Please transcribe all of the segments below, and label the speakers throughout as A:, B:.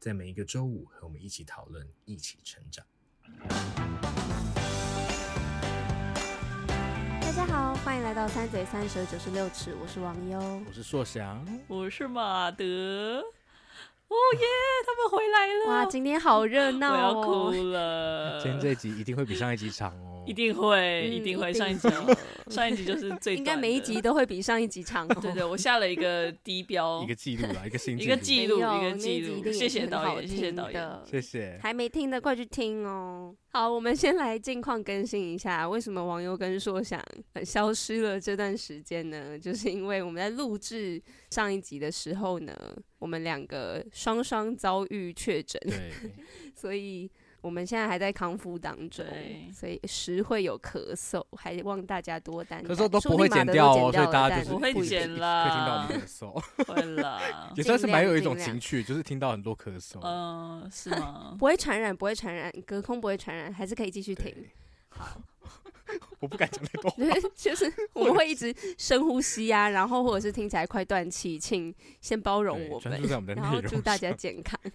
A: 在每一个周五和我们一起讨论，一起成长。
B: 大家好，欢迎来到三嘴三舌九十六尺，我是王优。
C: 我是硕翔，
D: 我是马德。哦耶，他们回来了！
B: 哇，今天好热闹
D: 我要
B: 哦！
D: 哭了。
C: 今天这一集一定会比上一集长哦，
D: 一定会，
B: 嗯
D: 一定会。
B: 一定
D: 上 一集哦，上一集就是最
B: 应该
D: 短
B: 每一
D: 的
B: 集。都会比上一集长、哦。
D: 对 对，我下了一个低 标，
C: 一个记录啦，一个新
D: 一个
C: 记
D: 记录，
B: 没有
D: 一个
B: 那
D: 记
B: 集一定
D: 录。谢
B: 也
D: 谢
B: 是很
D: 导
B: 好
D: 演，谢谢
B: 听
D: 导演。
B: 的
C: 录，谢谢。
B: 还没听的快去听哦。好，我们先来近况更新一下，为什么网友跟硕想呃消失了这段时间呢？ 就是因为我们在录制上一集的时候呢，我们两个双双遭遇确诊，
C: 对，
B: 所以我们现在还在康复当中
D: 对，
B: 所以时会有咳嗽，还望大家多担待。
C: 可是都
B: 嗯说
C: 不
B: 定
C: 会
B: 马
C: 剪
B: 德都剪
C: 掉哦，所以
B: 了
C: 大家
B: 但
C: 就是
D: 我会
C: 不一定
D: 剪
C: 可以
D: 啦
C: 听到 我们咳嗽，
D: 会
C: ，
D: 啦
C: 也算是
B: 尽
C: 蛮
B: 量
C: 有一
B: 尽
C: 种
B: 量呃
C: 情趣，就是听到很多咳嗽。
D: 嗯，是吗？
B: 不会传染，不会传染，隔空不会传染，还是可以继续听。。
C: 对，好， 我不敢讲太多
B: 就是就是我们会一直深呼吸啊，然后或者是听起来快断气，请先包 容
C: 对
B: 我
C: 专注
B: 们，
C: 在我们的
B: 然后
C: 内
B: 祝
C: 容
B: 大
C: 上。
B: 家健康。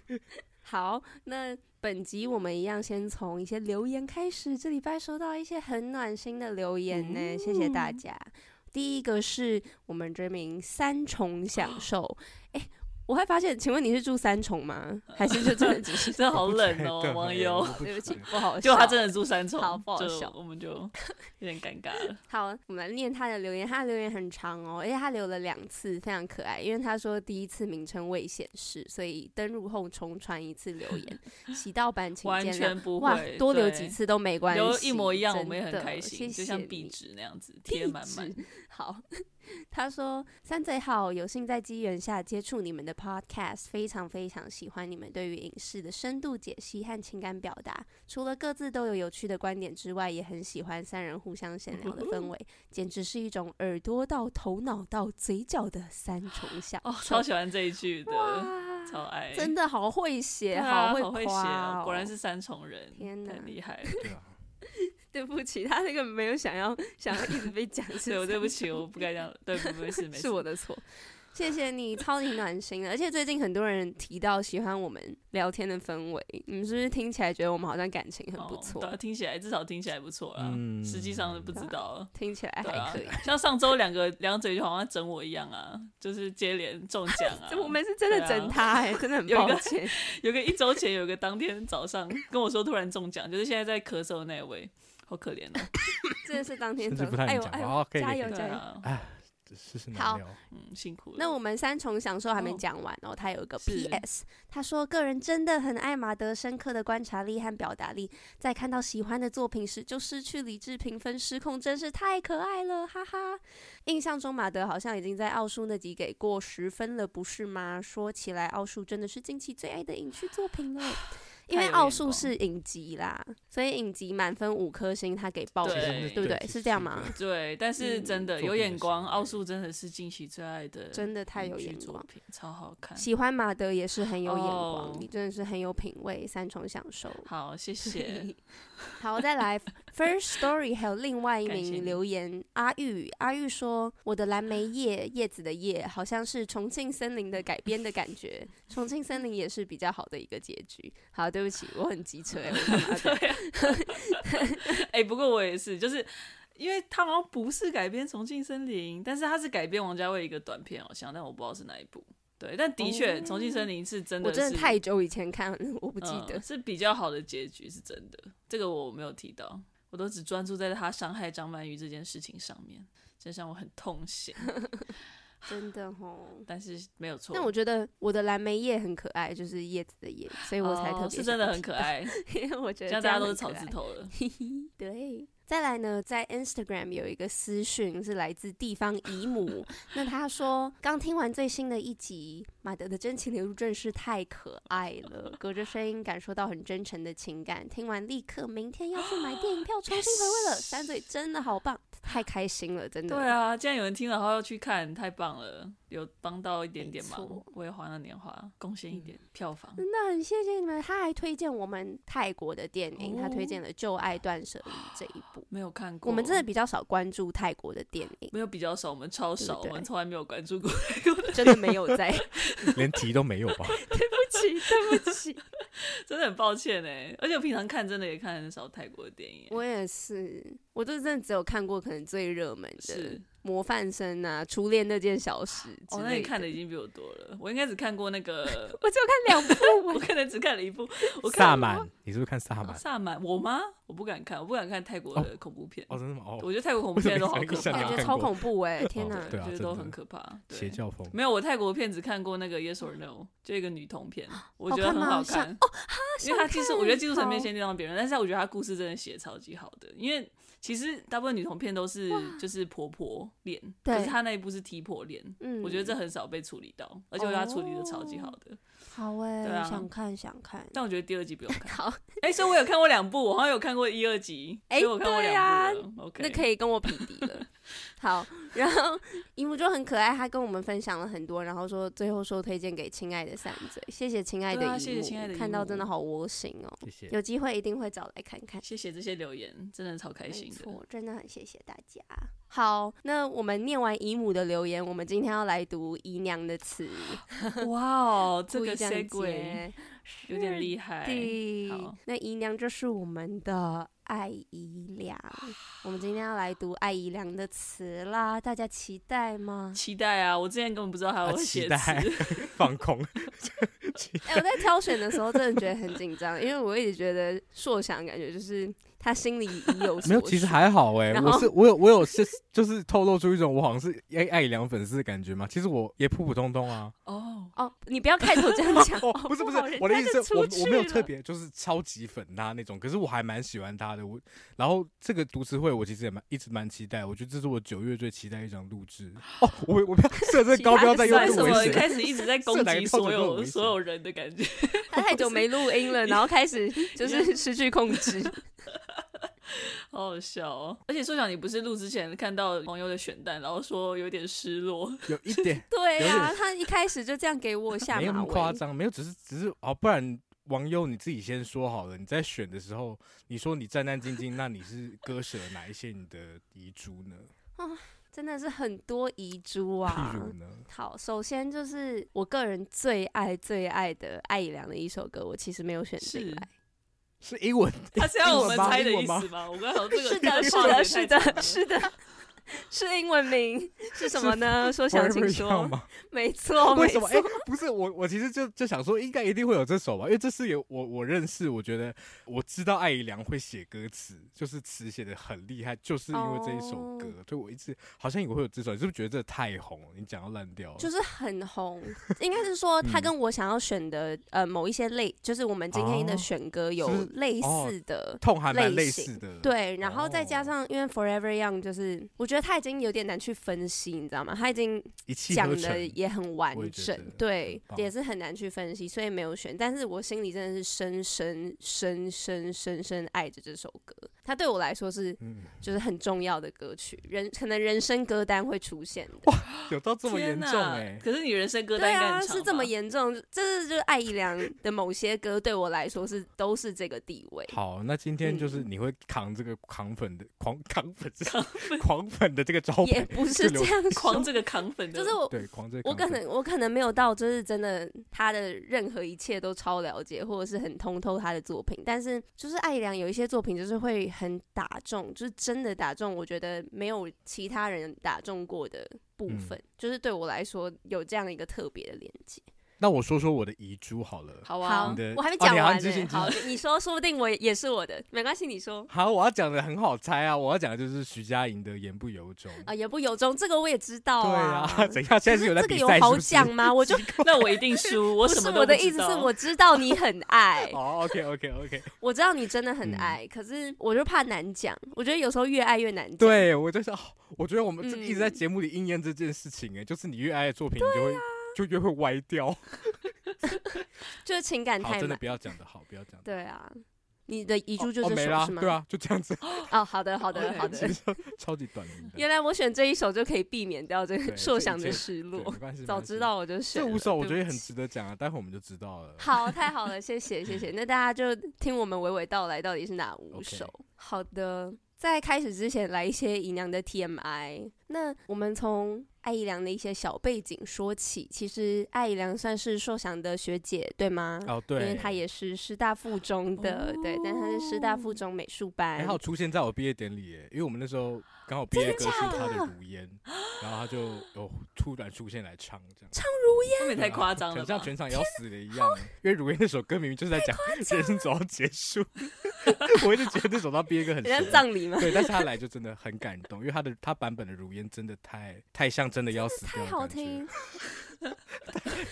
B: 好，那本集我们一样先从一些留言开始。这礼拜收到一些很暖心的留言呢，谢谢
C: 哦
B: 大家。第一个是我们追名三重
C: 哦
B: 享受，哎、我还发现，请问你是住三重吗？还是就真的只 是？
D: 真的好冷
C: 对
D: 哦，
C: 对
D: 网
C: 对
D: 友
C: 我。不
B: 对不起，
C: 知道
B: 不好笑。
D: 就他真的住三重，
B: 好不好
D: 就
B: 笑
D: 我们就有点尴尬了。
B: 好，我们来念他的留言，他的留言很长哦，而且他留了两次，非常可爱。因为他说第一次名称未显示，所以登入后重传一次留言，洗到版请
D: 完
B: 见
D: 全
B: 谅。
D: 不
B: 哇
D: 会，
B: 多留
D: 对
B: 几次都没关
D: 留
B: 系，
D: 一模一样，我
B: 真
D: 们也很
B: 的
D: 开心，
B: 谢
D: 就像
B: 谢
D: 壁
B: 你
D: 纸那样子贴满满
B: 壁。纸好， 他说三嘴好，有幸在机缘下接触你们的 podcast，非常非常喜欢你们对于影视的深度解析和情感表达。除了各自都有有趣的观点之外，也很喜欢三人互相闲聊的氛围，简直是一种耳朵到头脑到嘴角的三重享
D: 哦，
B: 受
D: 超喜欢这一句的，
B: 哇
D: 超爱，
B: 真的好会
D: 对
B: 写，
D: 啊好
B: 会
D: 写
B: 夸、
D: 哦，果然。是三重人，
B: 天
D: 太
B: 哪
D: 厉害了。
C: 对啊，
B: 对不起，他那个没有想要想要一直被 讲，
D: 对，
B: 是
D: 我对 不起，我不该这样，对，不没事没事，
B: 是我的 错。谢谢你，超级暖心的。而且最近很多人提到喜欢我们聊天的氛围，你们是不是听起来觉得我们好像感情很不
D: 哦
B: 错？
D: 对啊，听起来至少听起来不错啦，
C: 嗯
D: 实际 上不知道。
B: 听起来
D: 对啊
B: 还可以。，
D: 像上周两个两嘴就好像整我一样啊，就是接连中奖啊
B: 。我们是真的整他哎、真的很
D: 有一个
B: 抱 歉。
D: 有个一周前有个当天早上跟我说突然中奖，就是现在在咳嗽的那位，好可怜哦。
B: 真的是当天
C: 甚至
B: 走
C: 不，太
B: 哎
C: 能
B: 呦
C: 讲
B: 哎
C: 话。
B: 呦，
C: 好，可以
B: 加
C: 可以
B: 油
C: 可以
D: 对
B: 加油！
D: 啊，
C: 这世事
B: 好
C: 难料。
D: 嗯，辛苦了。
B: 那我们三重享受还没
D: 哦
B: 讲完哦，他有一个
D: 是
B: PS，他说个人真的很爱马德深刻的观察力和表达力，在看到喜欢的作品时就失去理智、评分失控，真是太可爱了，哈哈。印象中马德好像已经在奥数那集给过十分了，不是吗？说起来，奥数真的是近期最爱的影视作品 了。因为
D: 太有
B: 奥
D: 眼
B: 数
D: 光
B: 是影集啦，所以影集满分五颗星，他给爆
D: 对
B: 满，
D: 对
B: 对不对？
C: 其实
B: 是这样吗？
D: 对，但是
B: 嗯
D: 真的、
C: 作
D: 有
C: 品的
D: 眼光，
C: 行为
D: 奥数真的是近期最爱的，
B: 真的太有眼
D: 作
B: 光。
D: 品，超好看。
B: 喜欢马德也是很有眼光
D: 嗯哦
B: 你真的是很有品味，三重享受。
D: 好，谢谢。
B: 好，再来 First Story，还有另外一
D: 感谢你
B: 名留言阿玉，阿玉说：“我的蓝莓叶叶子的叶，好像是重庆森林的改编的感 觉，重庆森林也是比较好的一个结局。”好，对不起，我很机 车、欸，我干嘛要这样
D: 对啊，哎、不过我也是，就是因为他好像不是改编《重庆森林》，但是他是改编王家卫一个短片，好像，但我不知道是哪一部。对，但的确《重庆森林》是真
B: 哦
D: 的
B: 我
D: 是，
B: 真的太久以前看，我不记得
D: 嗯、。是比较好的结局，是真的。这个我没有提到，我都只专注在他伤害张曼玉这件事情上面，真让我很痛心。
B: 真的吼。
D: 但是没有错，
B: 但我觉得我的蓝莓叶很可爱，就是叶子的叶，所以我才特别、
D: 哦、是真的很可，爱。
B: 因为 我觉
D: 现
B: 得这
D: 在大家
B: 样
D: 都是
B: 很可
D: 草字
B: 爱。
D: 头 了，
B: 对，再来呢，在 Instagram 有一个私讯是来自地方姨 母，那她说刚听完最新的一集，马德的真情流露真是太可爱了，隔着声音感受到很真诚的情感，听完立刻明天要去买电影票重新回味了，三嘴真的好棒，太开心了，真的。
D: 对，啊，既然有人听了，然后要去看，太棒了，有帮到一点点
B: 没
D: 忙
B: 错，嗯
D: 为《花样年华》贡献一点票房。
B: 真的很谢谢你们，他还推荐我们泰国的电影，他推
D: 哦
B: 荐了《旧爱断舍离》这一部。
D: 没有看过，
B: 我们真的比较少关注泰国的电影，
D: 没有比较少，我们超少，
B: 对对
D: 我们从来没有关注过。
B: 真的没有在。
C: 连提都没有 吧？
B: 对不起，对不起，
D: 真的很抱歉哎，而且我平常看真的也看很少泰国的电影欸。
B: 我也是，我就真的只有看过可能最热门的
D: 是
B: 《模范生》啊，《初恋那件小事》之
D: 哦，那
B: 类
D: 你看
B: 的，
D: 的已经比我多了，我应该只看过那个
B: 我只有看两
D: 我
B: 部 欸，
D: 可能只看了一部。我看
C: 萨满，你是不是看萨
D: 哦
C: 满？
D: 萨满，我吗？我不敢看，我不敢看泰国的恐怖片。
C: 哦，真的吗？
D: 我
C: 哦，
D: 觉得泰国恐怖片都好
C: 为
D: 可
C: 什么
D: 怕
C: 一
B: 感
C: 下你就
B: 觉
C: 看
D: 啊，
B: 超
C: 过
B: 恐怖哎、天
C: 哦
B: 哪！
C: 对啊
D: 我觉得都
C: 真的
D: 很可怕。对
C: 邪教风。
D: 没有，我泰国片只看过那个 Yes or No，就一个女 童片，我觉得
B: 看
D: 很
B: 吗
D: 好
B: 想
D: 看。哦，因为它技术，我觉得技术层面先让别人，但是我觉得它故事真的写超级好的。因为其实大部分女童片都是就是婆婆脸，
B: 对
D: 可是她那一部是提婆脸，
B: 嗯
D: 我觉得这很少被处理到，而且我觉得她处理的超级好的。
B: 好哎、
D: 对啊
B: 想看想看。
D: 但我觉得第二集不用看。
B: 好，
D: 哎、所以我有看过两部，我好像有看过一二集，
B: 哎
D: 所以我看过
B: 对啊
D: 两部了。OK，
B: 那可以跟我匹敌 了。好，然后姨母就很可爱，她跟我们分享了很多，然后说最后说推荐给亲爱的三嘴，谢谢亲爱的姨
D: 对
B: 母，
D: 啊谢谢亲爱的姨
B: 看到
D: 母
B: 真的好窝心哦。
C: 谢谢。
B: 有机会一定会找来看看。
D: 谢谢这些留言，真的超开
B: 没
D: 心的。
B: 错，真的很谢谢大家。好，那我们念完姨母的留言，我们今天要来读姨娘的词，
D: 哇哦， 这
B: 故意
D: 个
B: 这样
D: segue
B: 接
D: 有点厉害。
B: 对
D: 好，
B: 那姨娘就是我们的爱姨娘，我们今天要来读爱姨娘的词啦，大家期待 吗？
D: 期待啊！我之前根本不知道他
C: 啊
D: 会
C: 期
D: 写词，
C: 待 放空，
B: 哎、我在挑选的时候真的觉得很紧张，因为我一直觉得硕想感觉就是他心里已有
C: 没有，
B: 所
C: 其
B: 属
C: 实还好哎、
B: 然后
C: 我是我有我有是就是透露出一种我好像是爱爱良粉丝的感觉嘛。其实我也普普通通啊。
D: 哦，
B: 哦，你不要开头这样讲，
C: 哦，不是不是
B: 好人，
C: 我的
B: 家
C: 意
B: 就
C: 思是
B: 出
C: 我我没有
B: 去
C: 特
B: 了
C: 别就是超级粉他那种，可是我还蛮喜欢他的。我然后这个读词会我其实也蛮一直蛮期待，我觉得这是我九月最期待一场录制。哦，我我不要设这
B: 期
C: 高
B: 待
C: 标在
B: 是
C: 又
B: 吧
C: 更
D: 为什
C: 危
D: 么
C: 险。
D: 开始一直在 攻
C: 是哪个
D: 击
C: 跳
D: 所
C: 转更
D: 有
C: 危险
D: 所有人的感觉？
B: 他太久没录音 了，然后开始就是失去控制。
D: 好好笑哦！而且硕想，你不是录之前看到网友的选单，然后说有点失落，
C: 有一 点
B: 对
C: 有
B: 啊，
C: 点
B: 他一开始就这样给我下
C: 没有那
B: 马
C: 么夸
B: 威。
C: 张，没有，只是只是哦，不然网友你自己先说好了，你在选的时候，你说你战战兢兢，那你是割舍哪一些你的遗珠呢？
B: 真的是很多遗珠啊
C: 譬！如呢？
B: 好，首先就是我个人最爱最爱的艾怡良的一首歌，我其实没有选进
D: 是
B: 来。
C: 是英文，
D: 他是要我们猜 的
C: 英文
D: 意
C: 吗
D: 思吗？我刚好这个
B: 是 的，是的，是的，是的，是英文名是什么呢？说详情
C: Forever Young
B: 说，
C: 吗？
B: 没错，
C: 为
B: 没
C: 什么？
B: 错
C: 哎、， 不是我，我其实就就想说，应该一定会有这首吧，因为这是有我我认识，我觉得我知道艾怡良会写歌词，就是词写的很厉害，就是因为这一首歌，
B: 哦
C: 所以我一直好像以为会有这首，你是不是觉得这太红了？你讲到烂掉了，
B: 就是很红，应该是说
C: 嗯
B: 他跟我想要选的呃某一些类，就是我们今天的
C: 哦
B: 选歌有
C: 是不是
B: 类
C: 哦
B: 似的。
C: 痛还蛮
B: 类
C: 类
B: 型
C: 似的，，
B: 对，然后再加
C: 哦
B: 上因为 Forever Young 就是，我觉得他已经有点难去分析，你知道吗？他已经
C: 一气
B: 讲
C: 呵
B: 的
C: 成。
B: 也很完
C: 我也觉
B: 整
C: 得，
B: 对
C: 很，棒
B: 也是很难去分析，所以没有选。但是我心里真的是深深深深深深爱着这首歌，它对我来说是
C: 嗯，
B: 就是很重要的歌曲，人可能人生歌单会出现的。
C: 有到这么严重哎、
D: 可是你人生歌
B: 对
D: 单应该
B: 啊，
D: 很长吧
B: 是这么严重，这是就是艾怡良的某些歌对我来说是都是这个地位。
C: 好，那今天就是
B: 嗯
C: 你会扛这个狂粉的狂扛粉是狂粉的这个招
B: 也
C: 牌，
B: 不是
C: 流
B: 这样
D: 狂
B: 说，
D: 这个扛粉的，
B: 就是我
C: 对狂这个
B: 我
C: 扛
B: 可
C: 粉
B: 能我可能没有到，就是真的他的任何一切都超了解，或者是很通透他的作品。但是就是艾怡良有一些作品就是会很打中，就是真的打中，我觉得没有其他人打中过的部
C: 嗯
B: 分，就是对我来说有这样一个特别的连接。
C: 那我说说我的遗珠好了。
D: 好
B: 好
D: 啊
C: 你，的，
B: 我还没
C: 哦
B: 讲
C: 你好像
B: 完
C: 之前
B: 呢。
C: 已经
B: 好，你说，说不定我也也是我的，没关系，你说。
C: 好，我要讲的很好猜啊，我要讲的就是徐佳莹的《言不由衷》
B: 啊，言不由衷，这个我也知道
C: 对
B: 啊。
C: 啊， 怎样？现在
B: 可
C: 是
B: 是
C: 有在
B: 这个
C: 比
B: 有
C: 赛是
B: 好
C: 不 是？
B: 讲吗？我就
D: 那我一定 输，我
B: 不
D: 什
B: 是
D: 么都
B: 我的
D: 不
B: 意
D: 知
B: 思是
D: 道
B: 我知道你很爱，
C: 哦，OK OK OK，
B: 我知道你真的很爱，可是我就怕难讲。我觉得有时候越爱越难讲。
C: 嗯对我就是，哦我觉得我们这一直在
B: 嗯
C: 节目里应验这件事情，哎，就是你越爱的作品，你就会就越会歪掉。
B: 就是情感
C: 好，
B: 太
C: 真的
B: 满。
C: 不要讲的好，不要讲。
B: 对啊，你的遗珠
C: 哦
B: 就
C: 哦
B: 这
C: 没
B: 首
C: 啦，
B: 是吗？
C: 对啊，就这样 子，
B: 哦，好的，好的，
D: OK
B: 好
C: 其
B: 的。
C: 实超级短命的。
B: 原来我选这一首就可以避免掉这
C: 对
B: 个硕
C: 这一
B: 翔的
C: 切
B: 失
C: 对
B: 落
C: 没，关系，没
B: 早
C: 关
B: 知
C: 系。
B: 道我就选
C: 这
B: 了。
C: 五首我
B: 对
C: 觉得
B: 不
C: 很
B: 起
C: 值得讲啊，待会我们就知道了。
B: 好，太好了，谢谢谢谢。那大家就听我们娓娓道来，到底是哪五
C: OK
B: 首好的，在开始之前来一些姨娘的 TMI。那我们从艾姨娘的一些小背景说起。其实艾姨娘算是硕翔的学姐，对吗？
C: 哦，
B: 因
C: 对，
B: 为她也是师大附中的，对，但她是师大附中美术班
C: 还。好出现在我毕业典礼耶，因为我们那时候刚好毕业歌是他的《如烟》，然后他就有突然出现来唱这样，
D: 未免太夸张
C: 可
D: 了
C: 能像
D: 吧？
C: 全场要死了一样。因为《如烟》那首歌明明就是在讲人生总要结束， 我一直觉得那首到毕业歌很
B: 人家
C: 神。
B: 葬礼吗？
C: 对，但是他来就真的很感动，因为他的他版本的《如烟》真的太太像真的要死
B: 太
C: 掉的
B: 好
C: 感觉
B: 听，，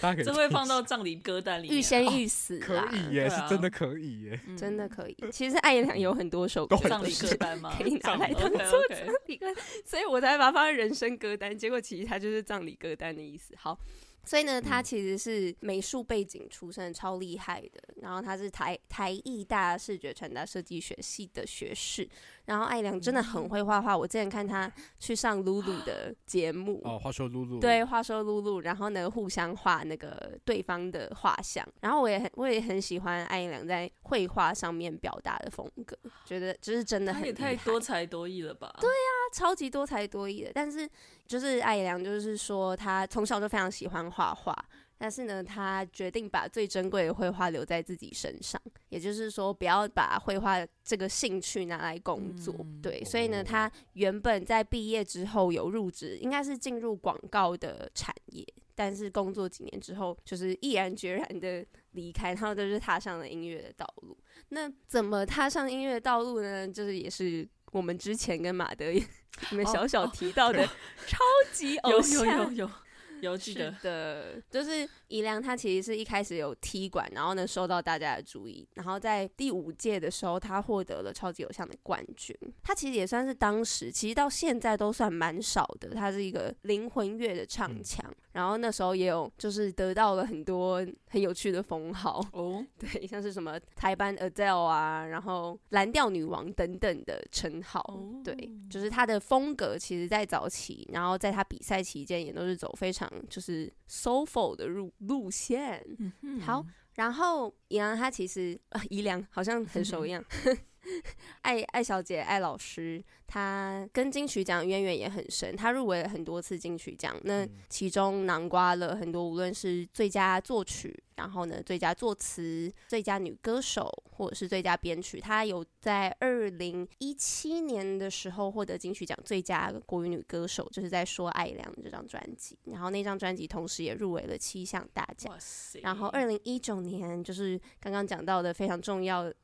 C: 大家可以
D: 这会放到葬礼歌单里面。啊
B: 欲仙欲死啦
C: 哦可，以耶，
D: 对啊
C: 是真的可以耶。
D: 嗯
B: 真的可以。其实艾姨娘有很多首歌
C: 都很
D: 葬
B: 都
D: 礼
B: 是
D: 歌单吗？
B: 可以拿来当
D: 葬礼
B: 做
D: OK，OK
B: 葬礼歌单，所以我才把它放在人生歌单。结果其实它就是葬礼歌单的意思。好，所以呢，
D: 嗯
B: 他其实是美术背景出身，超厉害的。然后他是台台艺大视觉传达设计学系的学士。然后艾良真的
D: 嗯
B: 很会画画，我之前看他去上露露的节目。
C: 哦，话说露露，
B: 对，话说露露，然后呢，互相画那个对方的画像，然后我也很，我也很喜欢艾良在绘画上面表达的风格，觉得就是真的
D: 他
B: 很
D: 也
B: 厉
D: 太
B: 害
D: 多才多艺了吧？对，
B: 超级多才多艺的，但是就是艾怡良，就是说他从小就非常喜欢画画，但是呢，他决定把最珍贵的绘画留在自己身上，也就是说，不要把绘画这个兴趣拿来工作。
D: 嗯
B: 对，所以呢，
C: 哦
B: 他原本在毕业之后有入职，应该是进入广告的产业，但是工作几年之后，就是毅然决然的离开，然后就是踏上了音乐的道路。那怎么踏上音乐的道路呢？就是也是我们之前跟马德也你们
D: 哦
B: 小小
D: 哦
B: 提到的超级偶
D: 有有有
B: 像。
D: 有有记
B: 是
D: 得，
B: 的，就是宜良，他其实是一开始有踢馆，然后呢受到大家的注意，然后在第五届的时候，他获得了超级偶像的冠军。他其实也算是当时，其实到现在都算蛮少的。他是一个灵魂乐的唱
C: 嗯
B: 腔，然后那时候也有就是得到了很多很有趣的封号。
D: 哦，
B: 对，像是什么台版 Adele 啊，然后蓝调女王等等的称号。
D: 哦
B: 对，就是她的风格，其实在早期，然后在她比赛期间也都是走非常就是 soulful 的路路线。
D: 嗯哼
B: 好，然后怡良她其实啊，怡良好像很熟一样。 艾艾小姐、艾老师，她跟金曲奖渊源也很深，她入围了很多次金曲奖，那其中囊括了很多，无论是最佳作曲，然后呢最佳作词、最佳女歌手，或者是最佳编曲，她有在二零一七年的时候获得金曲奖最佳国语女歌手，就是在说艾良这张专辑，然后那张专辑同时也入围了七项大奖。
D: 哇塞，哎
B: 然后二零一九年就是刚刚讲到的非常重要 的，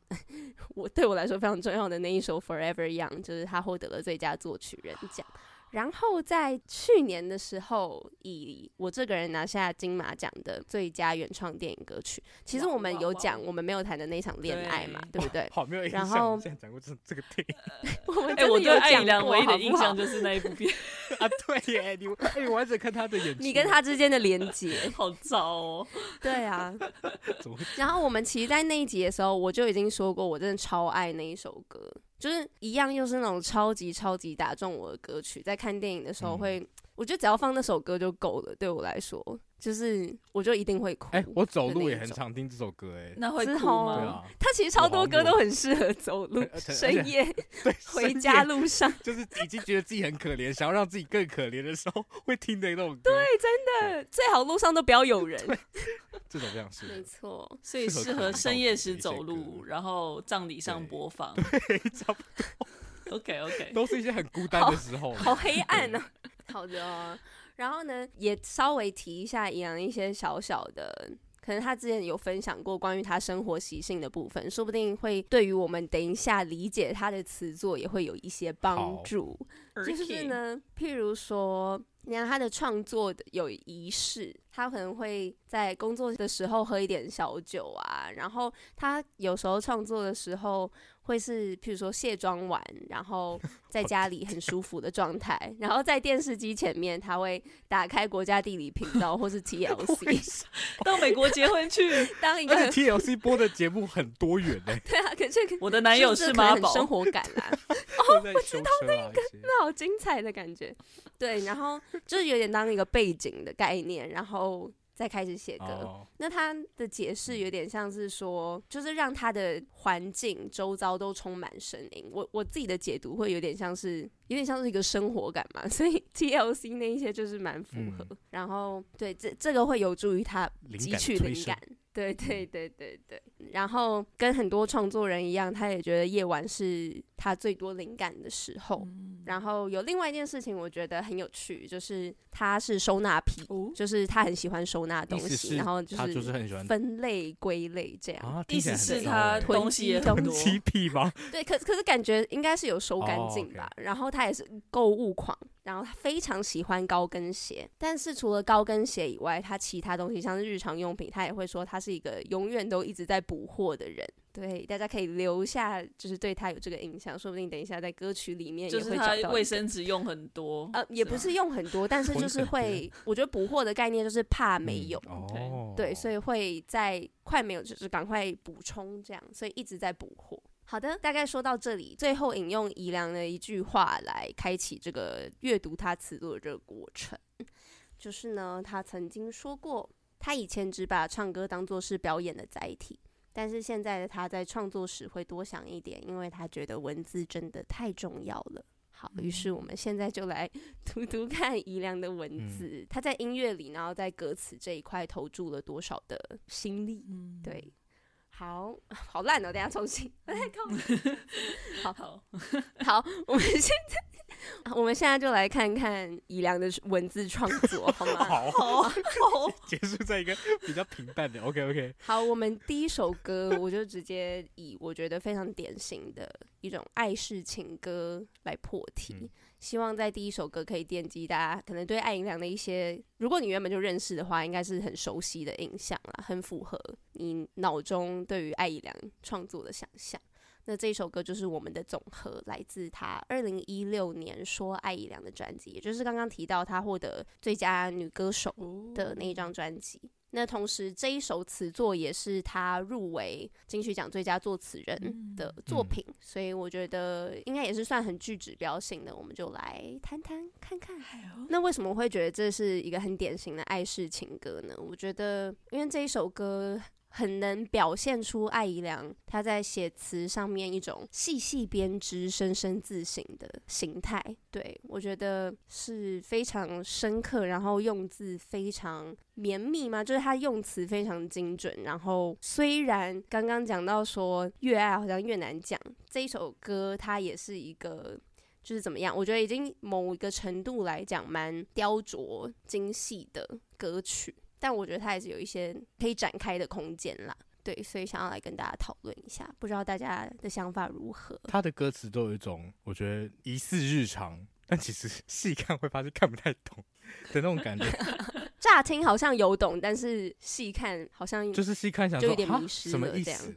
B: 我对我来说非常重要的那一首《Forever Young》，就是他获得了最佳作曲人奖。
D: 啊
B: 然后在去年的时候，以我这个人拿下金马奖的最佳原创电影歌曲。其实
D: 哇
B: 我们
D: 哇哦
B: 有
D: 哇
B: 讲我们没有谈的那场恋爱嘛，对不 对？
C: 好没有印
B: 然
C: 象，
B: 后
C: 你现在讲过这这个电影
B: 我们
D: 哎，
B: 真
D: 我
B: 的有
D: 对艾
B: 讲
D: 怡良
B: 过
D: 唯一
B: 好
D: 的
B: 不
D: 印
B: 好
D: 象就是那一部片，
C: 啊，对耶，你哎，你完整看他的演出，
B: 你跟他之间的连接。
D: 好糟 哦，
B: 对啊，
C: 怎么会
B: 然后我们其实，在那一集的时候，我就已经说过，我真的超爱那一首歌，就是一样又是那种超级超级打中我的歌曲。在看电影的时候
C: 嗯
B: 会，我觉得只要放那首歌就够了，对我来说，就是我就一定会哭。
C: 哎、我走
B: 的
C: 路
B: 那
C: 也
B: 一
C: 很
B: 种
C: 常听这首歌、哎，
D: 那会
B: 之
D: 哭
B: 后
C: 对
D: 吗？
C: 啊，
B: 他其实超多歌
C: 我好像
B: 都很适合走路，
C: 而且
B: 深夜
C: 对，
B: 回
C: 深
B: 家
C: 夜
B: 路上，
C: 就是已经觉得自己很可怜，想要让自己更可怜的时候会听的那种歌，对，
B: 呃最好路上都不要有人。
C: 这种这样是
B: 没错，
D: 所以适
C: 适合
D: 合
C: 看
D: 深夜时走
C: 一些
D: 路，
C: 歌
D: 然后葬礼上
C: 对
D: 播放。
C: 差不
D: OK OK，
C: 都是一些很孤单的时候，
B: 好黑暗哦。好的哦。然后呢，也稍微提一下杨一些小小的。可能他之前有分享过关于他生活习性的部分，说不定会对于我们等一下理解他的词作也会有一些帮
C: 好
B: 助。就是呢，譬如说，你看他的创作的有仪式，他可能会在工作的时候喝一点小酒啊，然后他有时候创作的时候会是，譬如说卸妆完，然 后在家里很舒服的状态，然后在电视机前面他会打开国家地理频道 或是 TLC
D: 到美国结婚去，
B: 当一个
C: 而且 TLC 播的节目很多元欸呢、
B: 对啊，可是
D: 我的男友
B: 这
D: 是
B: 可能
D: 妈
B: 很
D: 宝，
B: 生活感啊啦、哦
C: 都在修车啊一些。
B: 那好精彩的感觉。对，然后就是有点当一个背景的概念，然后再开始写歌。
C: 哦，
B: 那他的解
C: 嗯
B: 释有点像是说，就是让他的环境周遭都充满声音。我我自己的解读会有点像是，有点像是一个生活感嘛， 所以 TLC 那一些就是蛮符合。然后对这这个会有助于他
C: 嗯灵
B: 汲
C: 感嗯
B: 取
C: 催
B: 灵
C: 生
B: 感。对对对对对，然后跟很多创作人一样，他也觉得夜晚是他最多灵感的时候。
C: 嗯
B: 然后有另外一件事情，我觉得很有趣，就是他是收纳癖，
D: 哦
B: 就是他很喜欢收纳东
C: 意思
B: 西，
C: 是
B: 然后
C: 他就是很喜欢
B: 分类归类这样。
C: 啊，
D: 意
C: 听起来
D: 思
C: 很
D: 是
C: 糟
D: 他
C: 欸
B: 囤
D: 东西也
B: 积
D: 很
C: 囤
D: 多，
C: 积癖吗？
B: 对，可可是感觉应该是有收干
C: 哦
B: 净
C: ，OK
B: 吧。然后他也是购物狂，然后他非常喜欢高跟鞋，但是除了高跟鞋以外，他其他东西像是日常用品，他也会说他是一个永远都一直在补货的人。对，大家可以留下，就是对他有这个印象，说不定等一下在歌曲里面也会
D: 就是
B: 找到
D: 他
B: 一个
D: 卫生纸啊用很多，
B: 呃，也不
D: 吗
B: 是用很多， 但是
C: 混
B: 就是
C: 很多
B: 会，我觉得补货的概念就是怕没有，
C: 哦，
B: 对，所以会在快没有就是赶快补充这样，所以一直在补货。好的，大概说到这里，最后引用宜良的一句话来开启这个阅读他词作的这个过程，就是呢，他曾经说过，他以前只把唱歌当作是表演的载体，但是现在的他在创作时会多想一点，因为他觉得文字真的太重要了。好，于是我们现在就来 读读看宜良的文
C: 嗯
B: 字，他在音乐里，然后在歌词这一块投注了多少的心力？
D: 嗯，
B: 对，好好烂哦，等一下重新。
D: 好，
B: 好，我们现在 我们现在就来看看宜良的文字创作，好吗？
C: 好，
D: 好，
C: 结束在一个比较平淡的 OK OK，
B: 好，我们第一首歌，我就直接以我觉得非常典型的一种爱式情歌来破题。
C: 嗯
B: 希望在第一首歌可以奠基大家可能对艾怡良的一些，如果你原本就认识的话，应该是很熟悉的印象啦，很符合你脑中对于艾怡良创作的想象。那这一首歌就是我们的总和，来自他二零一六年说艾怡良的专辑，也就是刚刚提到他获得最佳女歌手
D: 哦
B: 的那一张专辑。那同时，这一首词作也是他入围金曲奖最佳作词人的作品，所以我觉得应该也是算很具指标性的。我们就来谈谈看看。那为什么会觉得这是一个很典型的爱式情歌呢？我觉得，因为这一首歌很能表现出艾怡良她在写词上面一种细细编织、深深自省的形态。对我觉得是非常深刻，然后用字非常绵密嘛，就是他用词非常精准。然后虽然刚刚讲到说越爱好像越难讲，这一首歌它也是一个。就是怎么样？我觉得已经某一个程度来讲，蛮雕琢精细的歌曲，但我觉得它还是有一些可以展开的空间啦。对，所以想要来跟大家讨论一下，不知道大家的想法如何？
C: 他的歌词都有一种我觉得疑似日常，但其实 细看会发现看不太懂的那种感觉，
B: 乍听好像有懂，但是细看好像
C: 就是细看想
B: 就
C: 说
B: 有点
C: 哈
B: 迷失
C: 什么
B: 了
C: 意
B: 这样嗯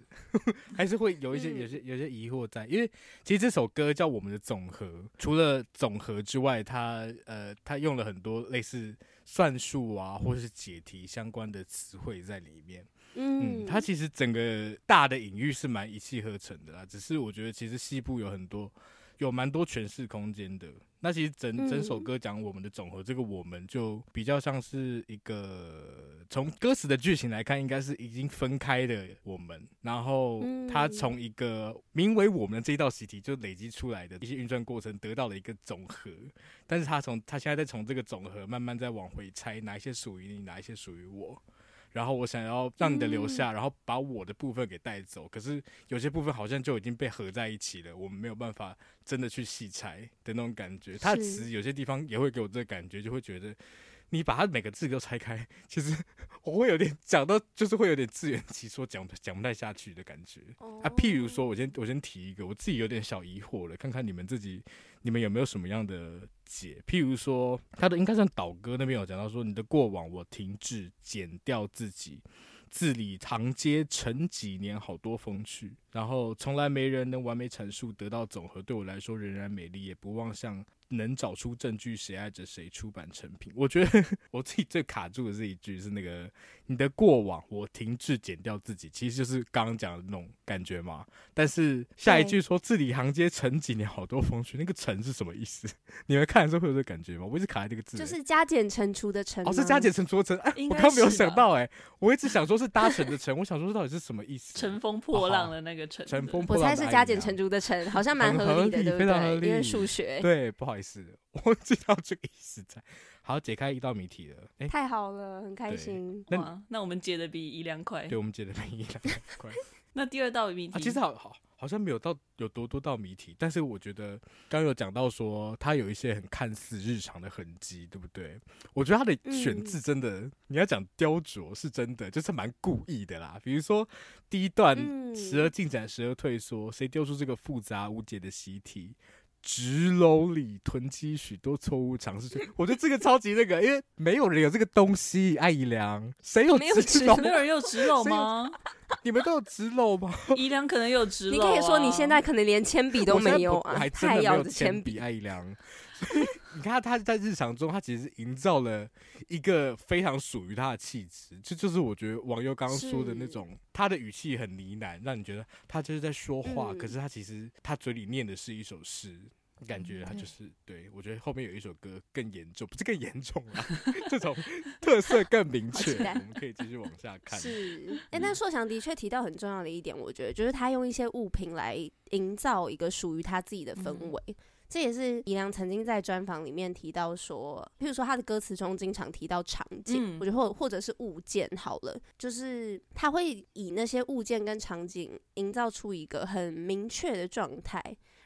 C: 思，还是会有一些有些有些疑惑在，因为其实这首歌叫《我们的总和》，除了总和之外，它呃它用了很多类似算术啊或是解题相关的词汇在里面。嗯，
B: 嗯，
C: 它其实整个大的隐喻是蛮一气呵成的啦，只是我觉得其实西部有很多有蛮多诠释空间的。那其实整整首
B: 嗯
C: 歌讲我们的总和，这个我们就比较像是一个从歌词的剧情来看，应该是已经分开的我们，然后它
B: 嗯
C: 从一个名为我们的这一道习题就累积出来的一些运算过程得到了一个总和，但是他从他现在在从这个总和慢慢在往回拆，哪一些属于你，哪一些属于我。然后我想要让你的留下，然后把我的部分给带走。可是有些部分好像就已经被合在一起了，我们没有办法真的去细拆的那种感觉。他的
B: 是
C: 词有些地方也会给我这个感觉，就会觉得你把它每个字都拆开，其实我会有点讲到，就是会有点自圆其说，讲讲不太下去的感觉。啊，譬如说，我先我先提一个，我自己有点小疑惑了，看看你们自己，你们有没有什么样的解？譬如说，他的应该算导哥那边有讲到说，你的过往我停滞，剪掉自己，字里行间沉几年，好多风趣，然后从来没人能完美阐述，得到总和对我来说仍然美丽，也不忘向能找出证据，谁爱着谁出版成品。我觉得我自己最卡住的这一句是那个你的过往，我停滞剪掉自己，其实就是刚刚讲的那种感觉嘛。但是下一句说字里行间沉几年，好多风趣，那个沉是什么意思？ 你们看的时候会有这个感觉吗？我一直卡在这个字、
B: 就
C: 欸，
B: 是加减乘除的乘吗。
C: 哦，是加减乘除的乘，哎、
D: 应
C: 我
D: 该
C: 刚没有
D: 是
C: 想
D: 吧
C: 到、哎，我一直想说是搭乘的乘，我想说到底是什么意思？
D: 乘风
C: 哦
D: 破浪的那个乘，
C: 乘风
B: 我
C: 破浪的爱
B: 猜
C: 你啊，
B: 是加减乘除的乘，好像蛮
C: 很
B: 合
C: 合
B: 理的，
C: 理
B: 对不
C: 非常合
B: 对？因为
C: 理
B: 数学。
C: 对，不好意思， 我知道这个意思在。好，解开一道谜题了。哎、
B: 太好了，很开
C: 对
B: 心。
C: 那
D: 哇，那我们解的比宜良快
C: 对。我们解的谜一 两个快
D: 那第二道谜
C: 啊，
B: 嗯
D: 题，
C: 其实好好好像没有到有多多道谜题，但是我觉得刚刚有讲到说它有一些很看似日常的痕迹，对不对？我觉得它的选
B: 嗯
C: 字真的，你要讲雕琢是真的，就是蛮故意的啦。比如说第一段，
B: 嗯
C: 时而进展，时而退缩，谁丢出这个复杂无解的习题？纸篓里囤积许多错误尝试就，我觉得这个超级那个，因为没有人有这个东西，艾姨良，谁有
B: 没有
C: 纸
B: 纸
C: 篓？
D: 没 有人有纸篓吗？
C: 你们都有纸篓吗？
D: 宜良可能有纸篓、啊。
B: 你可以说你现在可能连铅笔都
C: 我现在
B: 没
C: 不
B: 有
C: 我
B: 啊
C: 还，真的
B: 太
C: 没
B: 要
C: 有
B: 的铅啊
C: 笔。啊爱 良，你看他在日常中，他其实营造了一个非常属于他的气质，这就是我觉得网友刚刚说的那
B: 是
C: 种，他的语气很呢喃，让你觉得他就是在说话，可
B: 嗯
C: 是他其实他嘴里念的是一首诗。感觉
B: 嗯
C: 他就是对我觉得后面有一首歌更严重，不是更严重啊， 这种特色更明
B: 好
C: 确。
B: 期待
C: 我们可以继续往下看。
B: 是， 哎、那硕翔的确提到很重要的一点，我觉得就是他用一些物品来营造一个属于他自己的氛围。这也是宜良曾经在专访里面提到说，譬如说他的歌词中经常提到场景，
D: 嗯
B: 我觉得或或者是物件好了，就是他会以那些物件跟场景营造出一个很明确的状态，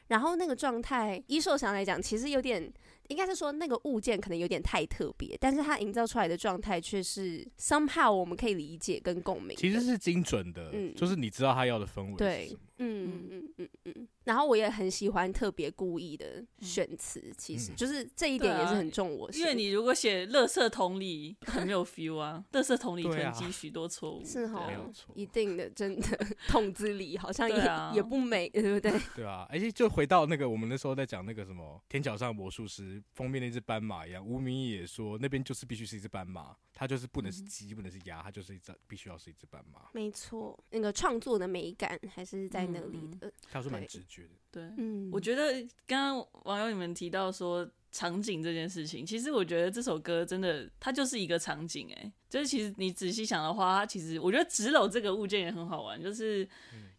B: 然后那个状态，依受想来讲，其实有点，应该是说那个物件可能有点太特别，但是它营造出来的状态却是 somehow 我们可以理解跟共鸣的。
C: 其实是精准的，
B: 嗯
C: 就是你知道他要的氛围是
B: 对
C: 什么。，
B: 嗯嗯嗯嗯。然后我也很喜欢特别故意的选词，其实、
C: 嗯
B: 就是这一点
D: 嗯对
B: 也
D: 啊
B: 是很重我心。
D: 因为你如果写“垃圾桶里”很没有 feel 啊，“垃圾桶里
C: 对啊
D: 囤积许多错误”
B: 是哦
D: 对
B: 哈
D: 啊
C: 没有错，
B: 一定的，真的 筒子里好像也、
D: 对啊
B: 也不美，对不对？
C: 对啊，而且就回到那个我们那时候在讲那个什么《天桥上的魔术师》封面那只斑马一样，吴明义也说那边就是必须是一只斑马，它就是不能是鸡，不能是鸭，它就是一只必须要是一只斑马。
B: 没错，那个创作的美感还是在那里的。
C: 他说蛮
B: 对
C: 直觉的，
D: 对，
B: 嗯，
D: 嗯我觉得刚刚网友你们提到说场景这件事情，其实我觉得这首歌真的它就是一个场景、哎，就是其实你仔细想的话，它其实我觉得纸篓这个物件也很好玩，就是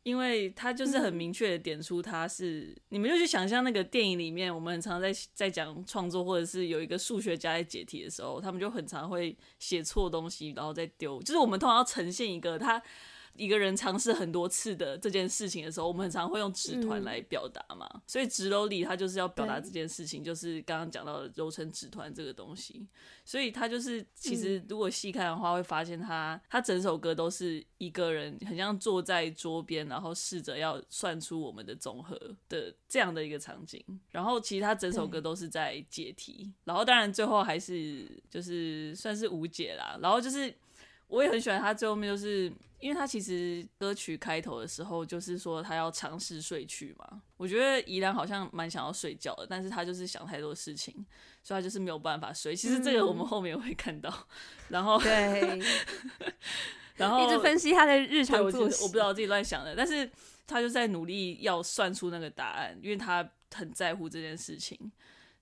D: 因为它就是很明确的点出它是，你们就去想象那个电影里面，我们很常在在讲创作或者是有一个数学家在解题的时候，他们就很常会写错东西，然后再丢，就是我们通常要呈现一个他。一个人尝试很多次的这件事情的时候，我们很常会用纸团来表达嘛，所以纸篓里他就是要表达
B: 对
D: 这件事情，就是刚刚讲到的揉成纸团这个东西，所以他就是其实如果细看的话，会发现他他整首歌都是一个人，很像坐在桌边，然后试着要算出我们的总和的这样的一个场景。然后其实他整首歌
B: 对
D: 都是在解题，然后当然最后还是就是算是无解啦，然后就是。我也很喜欢他最后面，就是因为他其实歌曲开头的时候就是说他要尝试睡去嘛。我觉得宜兰好像蛮想要睡觉的，但是他就是想太多事情，所以他就是没有办法睡。其实这个我们后面也会看到，然后
B: 嗯对，
D: 然后
B: 一直分析他的日
D: 对
B: 常
D: 我
B: 作
D: 就
B: 息。
D: 是我不知道自己乱想的，但是他就在努力要算出那个答案，因为他很在乎这件事情。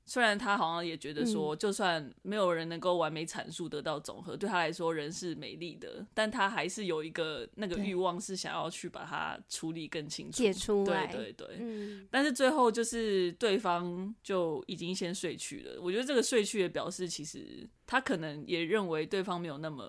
D: 虽然他好像也觉得
B: 嗯
D: 说，就算没有人能够完美阐述得到总和，对他来说人是美丽的，但他还是有一个那个
B: 对
D: 欲望，是想要去把它处理更清楚、
B: 解出来
D: 对对对，
B: 嗯，
D: 但是最后就是对方就已经先睡去了。我觉得这个睡去的表示，其实他可能也认为对方没有那么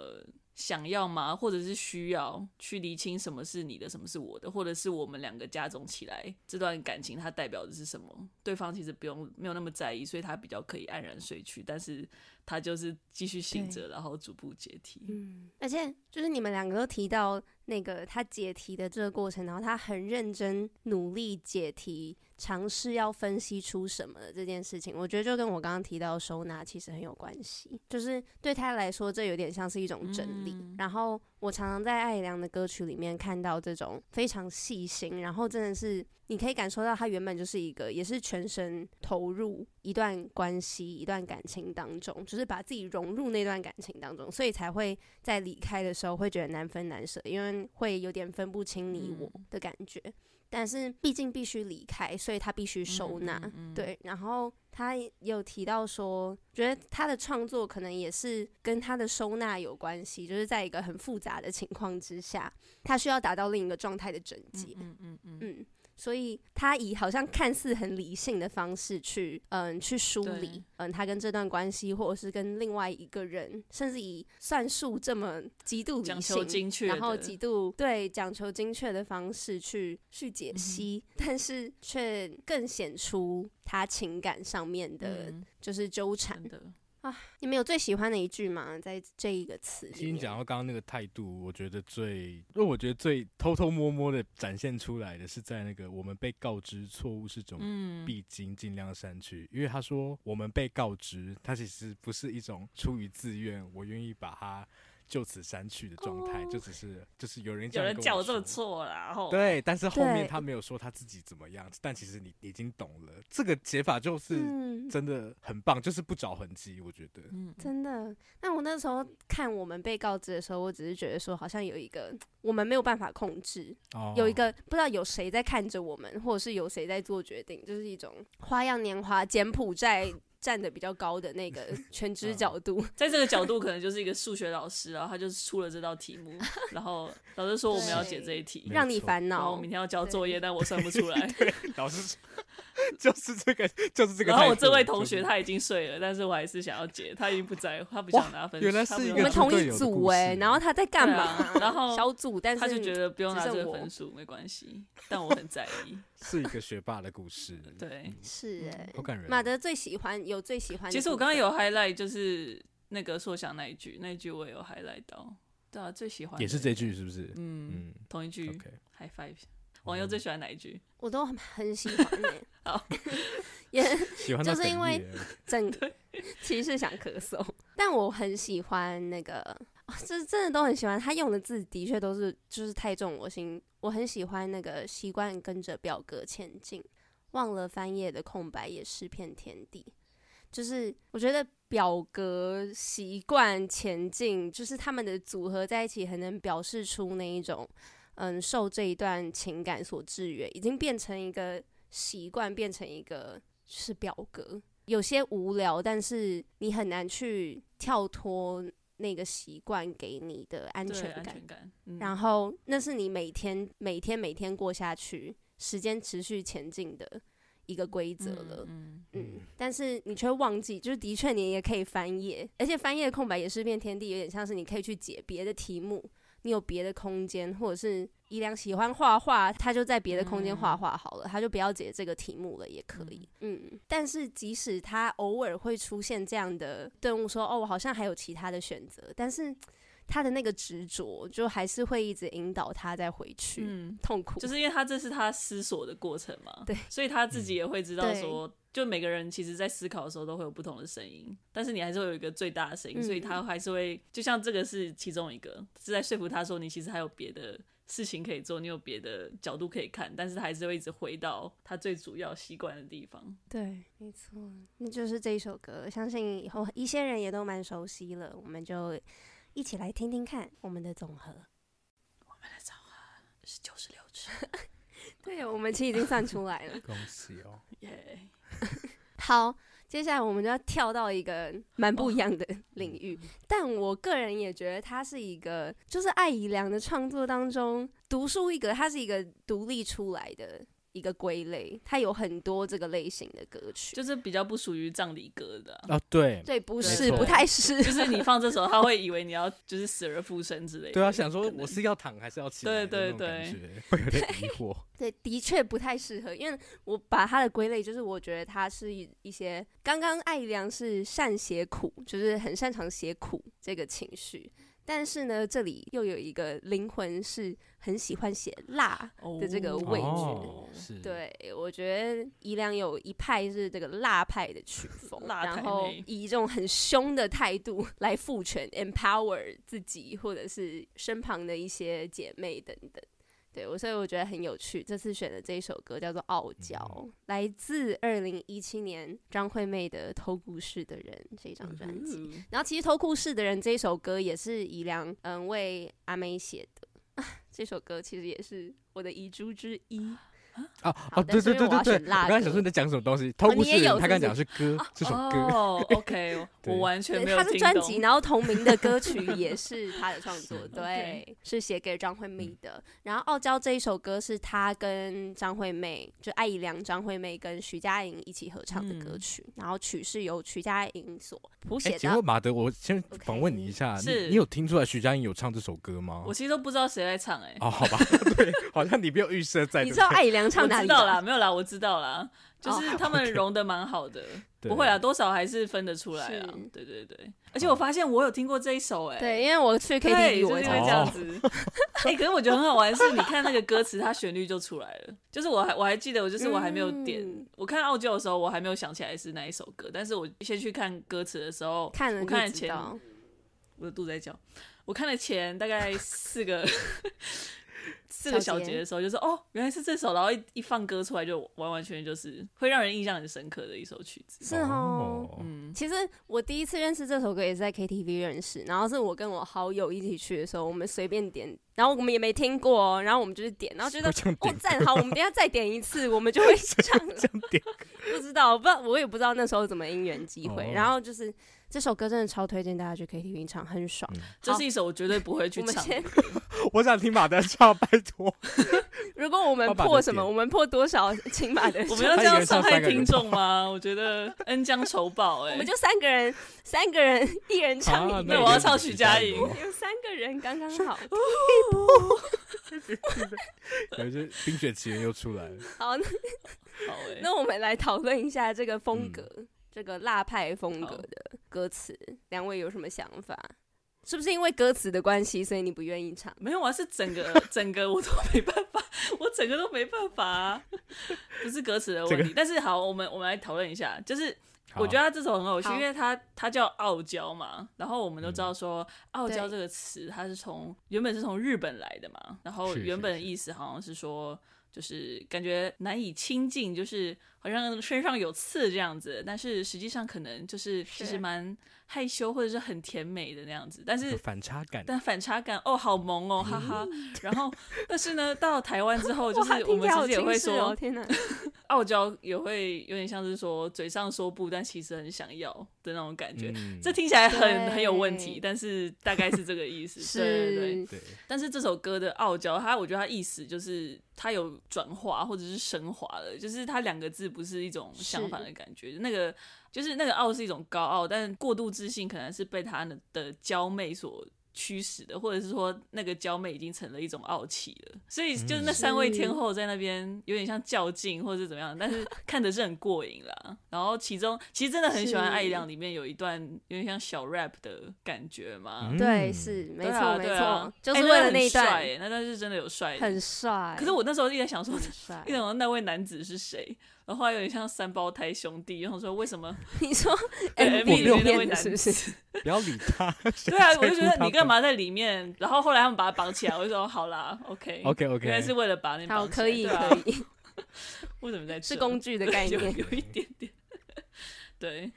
D: 想要吗，或者是需要去厘清什么是你的，什么是我的，或者是我们两个加总起来这段感情它代表的是什么？对方其实不用没有那么在意，所以他比较可以黯然睡去，但是他就是继续醒着，然后逐步解题。
B: 嗯，而且就是你们两个都提到那个他解题的这个过程，然后他很认真努力解题，尝试要分析出什么的这件事情，我觉得就跟我刚刚提到的收纳其实很有关系。就是对他来说，这有点像是一种整理。
D: 嗯
B: 然后我常常在艾怡良的歌曲里面看到这种非常细心，然后真的是你可以感受到他原本就是一个也是全身投入一段关系、一段感情当中，就是把自己融入那段感情当中，所以才会在离开的时候会觉得难分难舍，因为会有点分不清你我的感觉。但是毕竟必须离开，所以他必须收纳。对，然后他也有提到说，觉得他的创作可能也是跟他的收纳有关系，就是在一个很复杂的情况之下，他需要达到另一个状态的整洁。
D: 嗯嗯嗯嗯，
B: 嗯，所以他以好像看似很理性的方式去，嗯，去梳理
D: 对，
B: 嗯，他跟这段关系，或者是跟另外一个人，甚至以算术这么极度理
D: 讲求
B: 性、
D: 精确的，
B: 然后极度对讲求精确的方式去去解析，
D: 嗯
B: 但是却更显出他情感上面的
D: 嗯
B: 就是纠缠、
D: 真的。
B: 你们有最喜欢的一句吗？在这一个词里
C: 听你
B: 面，
C: 讲到刚刚那个态度，我觉得最，因为我觉得最偷偷摸摸的展现出来的是在那个我们被告知错误是种
D: 嗯，
C: 必经，尽量删去。因为他说我们被告知，他其实不是一种出于自愿，我愿意把它就此删去的状态，
B: 哦
C: 就只是就是有人这
D: 有
C: 样
D: 人
C: 跟
D: 叫我这么
C: 说。
D: 做啦，然后
C: 对，但是后面
B: 对
C: 他没有说他自己怎么样，但其实你你已经懂了，这个解法就是
B: 嗯，
C: 真的很棒，就是不找痕迹，我觉得。
D: 嗯，
B: 真的。那我那时候看我们被告知的时候，我只是觉得说，好像有一个我们没有办法控制，
C: 哦
B: 有一个不知道有谁在看着我们，或者是有谁在做决定，就是一种花样年华柬埔寨站的比较高的那 个全
C: 嗯
B: 知角度。
D: 在这个角度可能就是一个数学老师，然后他就出了这道题 目，然后老师说我们要解这一题，
C: 对
B: 让你
C: 错
B: 烦
D: 然后我
B: 恼
D: 明，天要交作业，但我算不 出来。
C: 老师就是这个，就是这个态度。
D: 然后我这位同
C: 就
D: 学
C: 是
D: 他已经睡了，但是我还是想要解，他已经不在乎，他不想拿分数，
C: 原来是一
D: 他
C: 个
D: 不
B: 我们
D: 想
B: 同
C: 组队
B: 一
C: 友的
B: 组
C: 故事
B: 哎、然后他在干
D: 对
B: 嘛？
D: 啊然后
B: 小组，但是
D: 他就觉得不用拿
B: 只
D: 这
B: 剩
D: 个
B: 我
D: 分数没关系，但我很在意。
C: 是一个学霸的故 事，
D: 对，
B: 是哎、
C: 好感人。
B: 马德最喜欢有最喜欢的部分。
D: 其实我刚刚有 highlight 就是那个硕翔那一句，那一句我也有 highlight 到。对啊，最喜欢的
C: 哦也是这句是不是？
D: 嗯，
C: 嗯
D: 同一句
C: ，OK，
D: high five。网友最喜欢哪一句？
B: 我都很很喜欢哎、
D: 好
B: 也
C: 喜欢到
B: 就是因为
C: 哽咽
B: 整其实是想咳嗽， 但我很喜欢那个，哦就是真的都很喜欢。他用的字的确都是就是太重我心，我很喜欢那个习惯跟着表格前进，忘了翻页的空白也是片天地。就是我觉得表格习惯前进，就是他们的组合在一起，很能表示出那一种，嗯，受这一段情感所制约，已经变成一个习惯，变成一个就是表格，有些无聊，但是你很难去跳脱那个习惯给你的安
D: 对，
B: 全
D: 安
B: 感
D: 全。感。嗯
B: 然后那是你每天每天每天过下去，时间持续前进的一个规则了。
D: 嗯，
B: 嗯，但是你却忘记，就是的确你也可以翻页，而且翻页的空白也是片天地，有点像是你可以去解别的题目，你有别的空间，或者是宜良喜欢画画，他就在别的空间画画好了，他就不要解这个题目了，也可以。嗯但是即使他偶尔会出现这样的顿悟，说哦，我好像还有其他的选择，但是他的那个执着，就还是会一直引导他再回去，
D: 嗯
B: 痛苦。
D: 就是因为他这是他思索的过程嘛，
B: 对，嗯
D: 所以他自己也会知道说，就每个人其实在思考的时候都会有不同的声音，但是你还是会有一个最大的声音，
B: 嗯
D: 所以他还是会，就像这个是其中一个，是在说服他说你其实还有别的事情可以做，你有别的角度可以看，但是他还是会一直回到他最主要习惯的地 方。
B: 对，没错，那就是这一首歌，相信以后一些人也都蛮熟悉了，我们就一起来听听看我们的总和。
D: 是九十六尺，
B: 对，我们其实已经算出来 了。
C: 恭喜哦，
D: 耶、
B: 好，接下来我们就要跳到一个蛮不一样的领域，但我个人也觉得它是一个，就是艾怡良的创作当中独树一格，它是一个独立出来的一个归类，它有很多这个类型的歌曲。
D: 就是比较不属于葬礼歌的 啊、
C: 啊，对
B: 对，不
D: 没
B: 是，
C: 错
B: 不太是，
D: 就是你放这首，他会以为你要就是死而复生之类的。
C: 对啊，想说
D: 可能
C: 我是要躺还是要起
D: 对
C: 来的那种
D: 对，
C: 感觉，会有点疑 惑。哦
B: 对，的确不太适合，因为我把它的归类就是，我觉得它是一一些刚刚艾怡良是善写苦，就是很擅长写苦这个情绪，但是呢，这里又有一个灵魂是很喜欢写辣的这个味觉。
C: 哦 是，
B: 对，我觉得宜良有一派是这个辣派的曲风
D: 辣台
B: 然后
D: 妹
B: 以这种很凶的态度来赋权 empower 自己或者是身旁的一些姐妹等等。对我，所以我觉得很有趣。这次选的这一首歌叫做《傲
D: 嗯
B: 娇》，来自二零一七年张惠妹的《偷故事的人》这张专辑。
C: 哦
D: 嗯
B: 然后其实《偷故事的人》这一首歌也是宜良嗯为阿妹写的， 这首歌其实也是我的遗珠之一。
C: 啊
B: 好
C: 哦，
B: 的
C: 对
B: 所
C: 对
B: 以
C: 对
B: 我要
C: 对对，
B: 选
C: 我
B: 辣
C: 刚才
B: 歌
C: 想说你在讲什么东西，偷
B: 你
C: 故事
B: 也
C: 的人
B: 有
C: 他
B: 是
C: 刚才
B: 不
C: 讲的是歌这首歌，
D: 哦，OK，我
C: 对
D: 完全没
B: 对，
D: 有
B: 他
D: 听
B: 是
D: 懂。
B: 专辑，然后同名的歌 曲也是他的创作，对
D: OK，嗯
B: 是写给张惠妹的。然后《傲娇》这一首歌是他跟张惠妹，就艾怡良、张惠妹跟徐佳莹一起合唱的歌
D: 嗯
B: 曲，然后曲是由徐佳莹所谱
C: 哎，
B: 写
C: 请
B: 的
C: 问。马德，我先访问你一下，你
D: 是
C: 你有听出来徐佳莹有唱这首歌吗
D: 我？其实都不知道谁在唱哎、
C: 哦，好吧， 对，好像你没有预设在，
B: 你
C: 对
B: 知道
C: 不对
B: 艾怡良唱哪
D: 我
B: 里啊哦
D: 知
B: 吗？
D: 道啦，没有啦，我知道啦， 就是他们融的蛮 好的，
C: 对哦
D: 不会啦，多少还是分得出来啦
B: 是。
D: 对对对，而且我发现我有听过这一首哎、
B: 对，因为我去
D: 对，
B: KTV
D: 就是
B: 我
D: 会
B: 也
D: 这
B: 唱
C: 哦
D: 样子。 哎、可是我觉得很好玩，是你看那个歌词，它旋律就出来了。就是我还我还记得，我就是我还没有点，
B: 嗯
D: 我看傲娇的时候，我还没有想起来是哪一首歌，但是我先去看歌词的时候，
B: 看了
D: 我看了
B: 就知
D: 前
B: 道。
D: 我的肚子在叫。我看了前大概四个四个
B: 小
D: 小
B: 节
D: 节的时候，就说哦，原来是这首，然后一一放歌出来，就完完全全就是会让人印象很深刻的一首曲子。
B: 是哦，
C: 哦，
D: 嗯，
B: 其实我第一次认识这首歌也是在 KTV 认识，然后是我跟我好友一起去的时候，我们随便点，然后我们也没听过哦，然后我们就是点，然后觉得
C: 会这样
B: 哦
C: 点
B: 赞好，我们等一下再点一次，我们就 会唱了。
C: 这样点
B: 不知道，不知道，我也不知道那时候怎么因缘机会。
C: 哦
B: 然后就是这首歌真的超推荐大家去 KTV 唱，很爽。
D: 这是一首我绝对不会去
B: 我们
D: 唱的
B: 先，
C: 嗯 我想听马德唱，拜托，
B: 如果我们
C: 爸爸的
B: 破什么，
C: 点
B: 我们破多少，请把的
D: 我们要
C: 他
D: 这
C: 以为
D: 样
C: 是
D: 伤害
C: 三个人
D: 听众吗？我觉得恩将仇报、哎，
B: 我们就三个人，三个人一人唱
C: 啊
B: 一
D: 那
B: 个
D: 我要
B: 人，
D: 唱徐 佳 莹
B: 有三个人刚刚 好。
C: 有一些《冰雪奇缘》又出来了，
B: 好，那
D: 好哎、
B: 那我们来讨论一下这个风
C: 嗯
B: 格，这个辣派风格
D: 好
B: 的歌词，两位有什么想法？是不是因为歌词的关系，所以你不愿意唱？
D: 没有啊，是整个整个我都没办法，我整个都没办法、啊，不是歌词的问
C: 这
D: 题。但是好，我们我们来讨论一下，就是
C: 好
D: 我觉得他这首很有趣，
B: 好
D: 因为他他叫傲娇嘛，然后我们都知道
C: 嗯
D: 说傲娇
B: 对
D: 这个词，它是从原本是从日本来的嘛，然后
C: 是是
D: 原本的意思好像是说。就是感觉难以亲近，就是好像身上有刺这样子，但是实际上可能就是
B: 是
D: 其实蛮害羞或者是很甜美的那样子，但
C: 有
D: 是
C: 反差感，
D: 但反差感哦，好萌哦，哈哈。然后，但是呢，到台湾之 后，就
B: 嗯哇
D: 是我
B: 听起
D: 们
B: 来
D: 其
B: 好
D: 实也
B: 轻
D: 会
B: 视哦，
D: 说，啊
B: 天哪！
D: 傲娇也会有点像是说嘴上说不，但其实很想要的那种感觉。
C: 嗯
D: 这听起来
B: 对
D: 很很有问题，但是大概是这个意思。对对对。
B: 是
C: 对，
D: 但是这首歌的傲娇，它我觉得它意思就是它有转化或者是升华了，就是它两个字不是一种相反的感觉。那个就是那个傲是一种高傲，但过度自信可能是被他的娇媚所。驱使的，或者是说那个娇媚已经成了一种傲气了，所以就是那三位天后在那边有点像较劲或者是怎么样，但是看的是很过瘾啦。然后其中其实真的很喜欢
B: 是
D: 《爱良》里面有一段有点像小 rap 的感觉嘛，
C: 嗯
B: 对，是没
D: 对
B: 错、
D: 啊
B: 没
D: 对
B: 错、
D: 啊
B: 就
D: 哎
B: 是为
D: 那
B: 了那一
D: 很
B: 段
D: 帅，耶那段是真的有帅的，
B: 很帅。
D: 可是我那时候一直在想说
B: 很，帅
D: 一，想那位男子是谁，然后后来有点像三胞胎兄弟，然后说为 什么
B: 你说 MV
D: 对 MV 里
B: 里
D: 面那
B: 面
D: 位
B: 的
D: 男
B: 是
D: 子
B: 不是？
C: 不要理他，
D: 对啊，我就觉
C: 在乎
D: 得
C: 他
D: 你干嘛在里面？然后后来他们把他绑起来，我就说好啦，OK
C: OK，OK
D: 原来是为了把那
B: 好，
D: 绑起来
B: 可以
D: 对啊
B: 可以，
D: 为什么在这
B: 是工具的概
D: 有
B: 念。
D: 有一点点，对。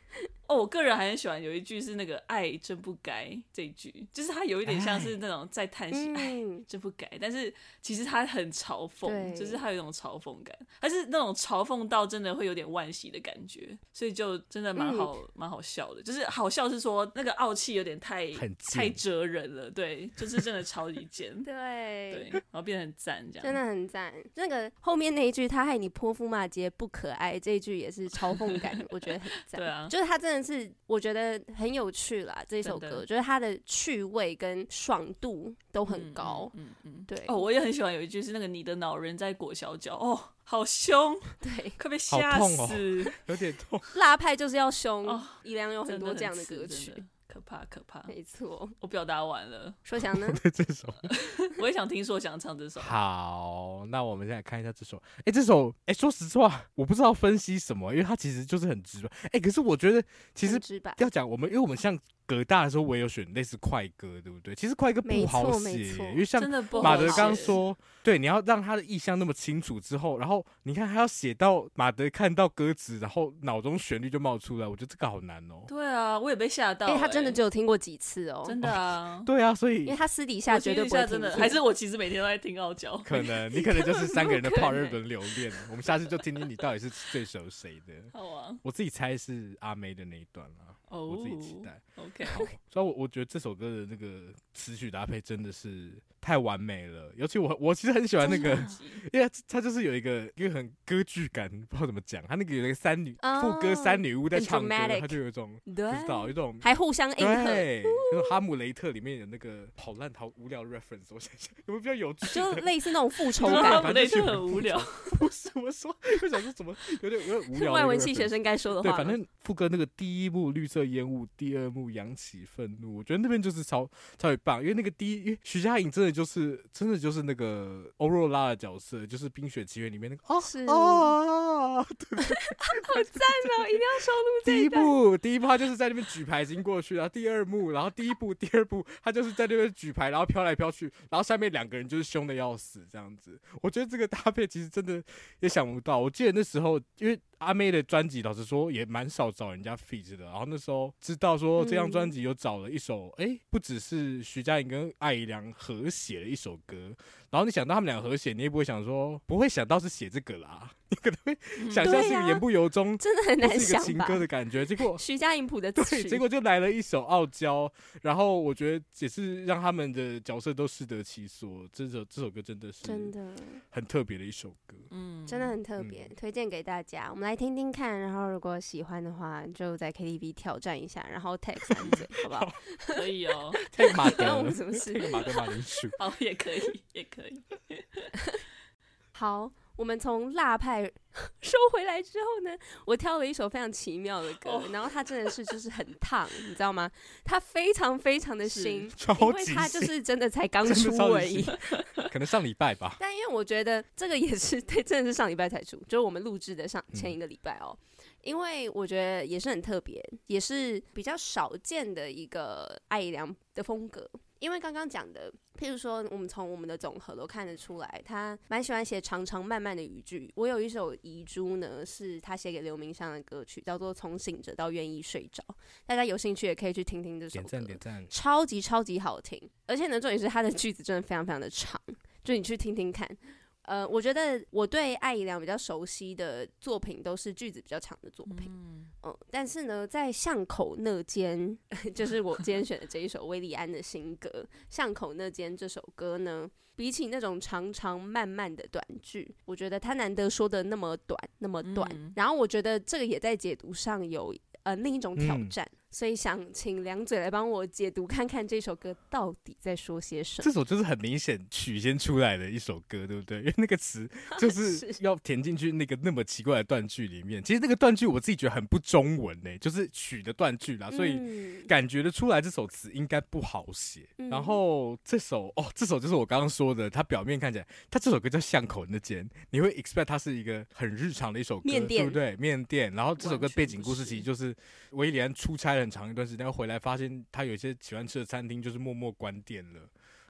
D: 哦，我个人还很喜欢有一句是那个“爱真不该”这一句，就是它有一点像是那种在叹息，哎，
B: 嗯，
D: 真不该。但是其实它很嘲
B: 对，
D: 讽，就是它有一种嘲讽感，但是那种嘲讽到真的会有点惋惜的感觉，所以就真的蛮好，蛮、好笑的。就是好笑是说那个傲气有点太
C: 很贱
D: 太哲人了，对，就是真的超级贱
B: 对
D: 对，然后变得很赞这样，
B: 真的很赞。那个后面那一句“他害你泼妇骂街不可爱”这一句也是嘲讽 感，我觉得很赞。
D: 对啊
B: 就是他真的是我觉得很有趣啦，这首
D: 真
B: 歌
D: 的
B: 就是他的趣味跟爽度都很高。
D: 嗯嗯嗯
B: 对，
D: 哦，我也很喜欢有一句是那个你的脑仁在裹小脚，哦，好凶，
B: 对，
D: 快被
C: 好
D: 吓
C: 痛哦
D: 死，
C: 有点痛。
B: 辣派就是要凶
D: 哦，
B: 宜良有很
D: 真的
B: 多这样
D: 很
B: 的
D: 刺
B: 歌
D: 真
B: 曲
D: 的。可怕可怕。
B: 没错，
D: 我表达完了，
B: 说想呢，
C: 对这首
D: 我也想听说想唱这首。
C: 好，那我们现在看一下这首。哎、这首哎、说实话，我不知道分析什么，因为它其实就是很直白。哎、可是我觉得 其实
B: 很直白，
C: 要讲我们，因为我们像葛大的时候，我也有选类似快歌，对不对？其实快歌
B: 没
C: 不
B: 错
C: 好
B: 没
C: 写耶
B: 错，
C: 因为像
D: 真的不
C: 马
D: 好
C: 德
D: 写。
C: 刚说，对，你要让他的意象那么清楚之后，然后你看他要写到马德看到歌词，然后脑中旋律就冒出来，我觉得这个好难哦。
D: 对啊，我也被吓到、
B: 因
D: 欸。
B: 为哎他真的只有听过几次哦，
D: 真 的啊，
C: 对啊，所
B: 因为
C: 以
B: 他私底
D: 我
B: 下
D: 其
B: 绝
D: 实
B: 对
D: 一
B: 不会
D: 下
B: 听
D: 真
B: 过，
D: 的，还是我其实每天都在听傲娇。
C: 可能你可能就是三个 人的
D: 根本
C: 泡
D: 不可
C: 日
D: 能
C: 本留恋。我们下次就听听你到底是最熟谁的。
D: 好啊，
C: 我自己猜是阿妹的那一段啦，
D: 哦，
C: 我自己期待。
D: OK，
C: 好，所以我我觉得这首歌的那个词曲搭配真的是太完美了，尤其我我其实很喜欢那个， 因为它它就是有一个一个很歌剧感，不知道怎么讲，它那个有一个三女
B: 哦
C: 副歌三女巫在唱歌，
B: 很 dramatic
C: 它就有一种
B: 对啊
C: 不知道有一种。
B: 还互相应和，
C: 对，就是《哈姆雷特》里面有那个好烂、好无聊的 reference，我想想有没有比较有趣的？
B: 就类似那种复仇
D: 我觉得
B: 感
D: 他，们那一很无聊，
C: 不是我说， 我想说怎么有点有点无
B: 是
C: 聊。
B: 外文系学生该说的
C: 对，
B: 话。
C: 反正副歌那个第一幕绿色烟雾，第二幕扬起愤怒，我觉得那边就是超超级棒，因为那个第一，因为徐佳莹真的就是真的就是那个欧若拉的角色，就是《冰雪奇缘》里面那个哦
B: 是好
C: 哦，
B: 赞哦，一定要收录这
C: 第一
B: 一段。
C: 步第一步他就是在那边举牌经过去，然后第二幕，然后第一步第二步他就是在那边举牌，然后飘来飘去，然后下面两个人就是凶的要死这样子，我觉得这个搭配其实真的也想不到。我记得那时候，因为阿妹的专辑，老实说也蛮少找人家 feat 的。然后那时候知道说这张
B: 嗯
C: 专辑有找了一首，哎、不只是徐佳莹跟艾怡良合写的一首歌。然后你想到他们俩合写，你也不会想说，不会想到是写这个啦，你可能
D: 嗯
C: 会想象是一
B: 对
C: 个
B: 啊
C: 言不由衷，
B: 真的很
C: 或
B: 难
C: 是一个
B: 想
C: 情
B: 吧？
C: 歌的感觉。结果
B: 徐佳莹谱的
C: 哦对，
B: 曲，
C: 结果就来了一首傲娇，然后我觉得也是让他们的角色都适得其所。这首这首歌真的是
B: 真的
C: 很特别的一首 歌。
D: 嗯，
B: 真的很特别，
C: 嗯
B: 推荐给大家。我们来听听看，然后如果喜欢的话，就在 KTV 挑战一下，然后 tag 三 嘴，好不好？
D: 可以哦，
C: 太马
B: 关我
C: 德了
B: 们，什么事？
C: 太马德马铃薯。
D: 好也可以，也可以。
B: 好，我们从辣派 收回来之后呢，我挑了一首非常奇妙的歌，
D: 哦
B: 然后它真的是就是很烫，你知道吗？它非常非常的
D: 是
B: 新，因
C: 超
B: 为
C: 级
B: 它就
C: 新
B: 是真的 才刚
C: 真的
B: 出
C: 超级
B: 而已
C: 新。 可能上礼拜吧。
B: 但因为我觉得这个也是 对，真的是上礼拜才出，就是我们录制的上
C: 嗯
B: 前一个礼拜哦。因为我觉得也是很特别，也是比较少见的一个艾怡良的风格。因为刚刚讲的，譬如说，我们从我们的总和都看得出来，他蛮喜欢写长长慢慢的语句。我有一首遗珠呢，是他写给刘明湘的歌曲，叫做《从醒着到愿意睡着》，大家有兴趣也可以去听听这首
C: 点
B: 歌。
C: 赞点
D: 嗯
C: 赞，
B: 超级超级好听，而且呢，重点是它的句子真的非常非常的长， 就你去听听看。呃，我觉得我对艾怡良比较熟悉的作品都是句子比较长的作品，
D: 嗯，
B: 嗯，但是呢，在巷口那间， 就是我今天选的这一首威利安的新歌 《巷口那间》这首歌呢，比起那种长长慢慢的短句，我觉得他难得说的那么短，那么短。
D: 嗯
B: 然后我觉得这个也在解读上有呃另一种挑
C: 嗯
B: 战，所以想请梁嘴来帮我解读看看这首歌到底在说些什么。
C: 这首就是很明显曲先出来的一首歌，对不对？因为那 个词就是要填进去那个那么奇怪的断句里面。其实那个断句我自己觉得很不中文呢、就是曲的断句啦，所以。
B: 嗯
C: 感觉得出来这首词应该不好写。
B: 嗯
C: 然后这首哦，这首就是我刚刚说的，它表面看起来，它这首歌叫《巷口那间》，你会 expect 它是一个很日常的一首歌，
B: 面
C: 对
B: 店
C: 不对？面店。然后这首歌
D: 完全
C: 背景
D: 不
C: 故事
D: 是
C: 其实就是威廉出差了很长一段时间，回来发现他有一些喜欢吃的餐厅就是默默关店了，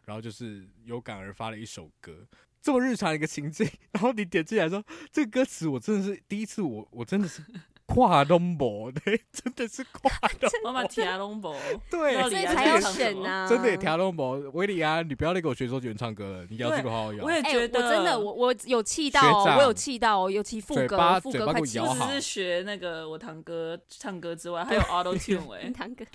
C: 然后就是有感而发了一首歌。这 么日常的一个情境，然后你点进来说这个歌词，我真的是第一次我，我真的是跨 number，对， 真的是跨 number，
D: 妈妈提阿 隆博，
C: 哎对
D: 到，
B: 所
D: 底
B: 以
D: 要
B: 才要
D: 唱什
B: 选
D: 么
B: 啊，
C: 真的也调 number。维里啊安，你不要再给我学周杰伦唱歌了，你摇这个好好摇
D: 我。也
B: 哎、
D: 觉得，
B: 我真的我我有气到、
C: 学
B: 哦，
C: 长
B: 我有气到、哦，尤其副
C: 嘴巴
B: 歌，副
C: 嘴
B: 歌
C: 巴
B: 快
C: 给我
B: 气
C: 摇
B: 死
D: 不
C: 好
D: 只是学那个我堂哥唱歌之外， 还有 auto tune 哎、
B: 堂 哥，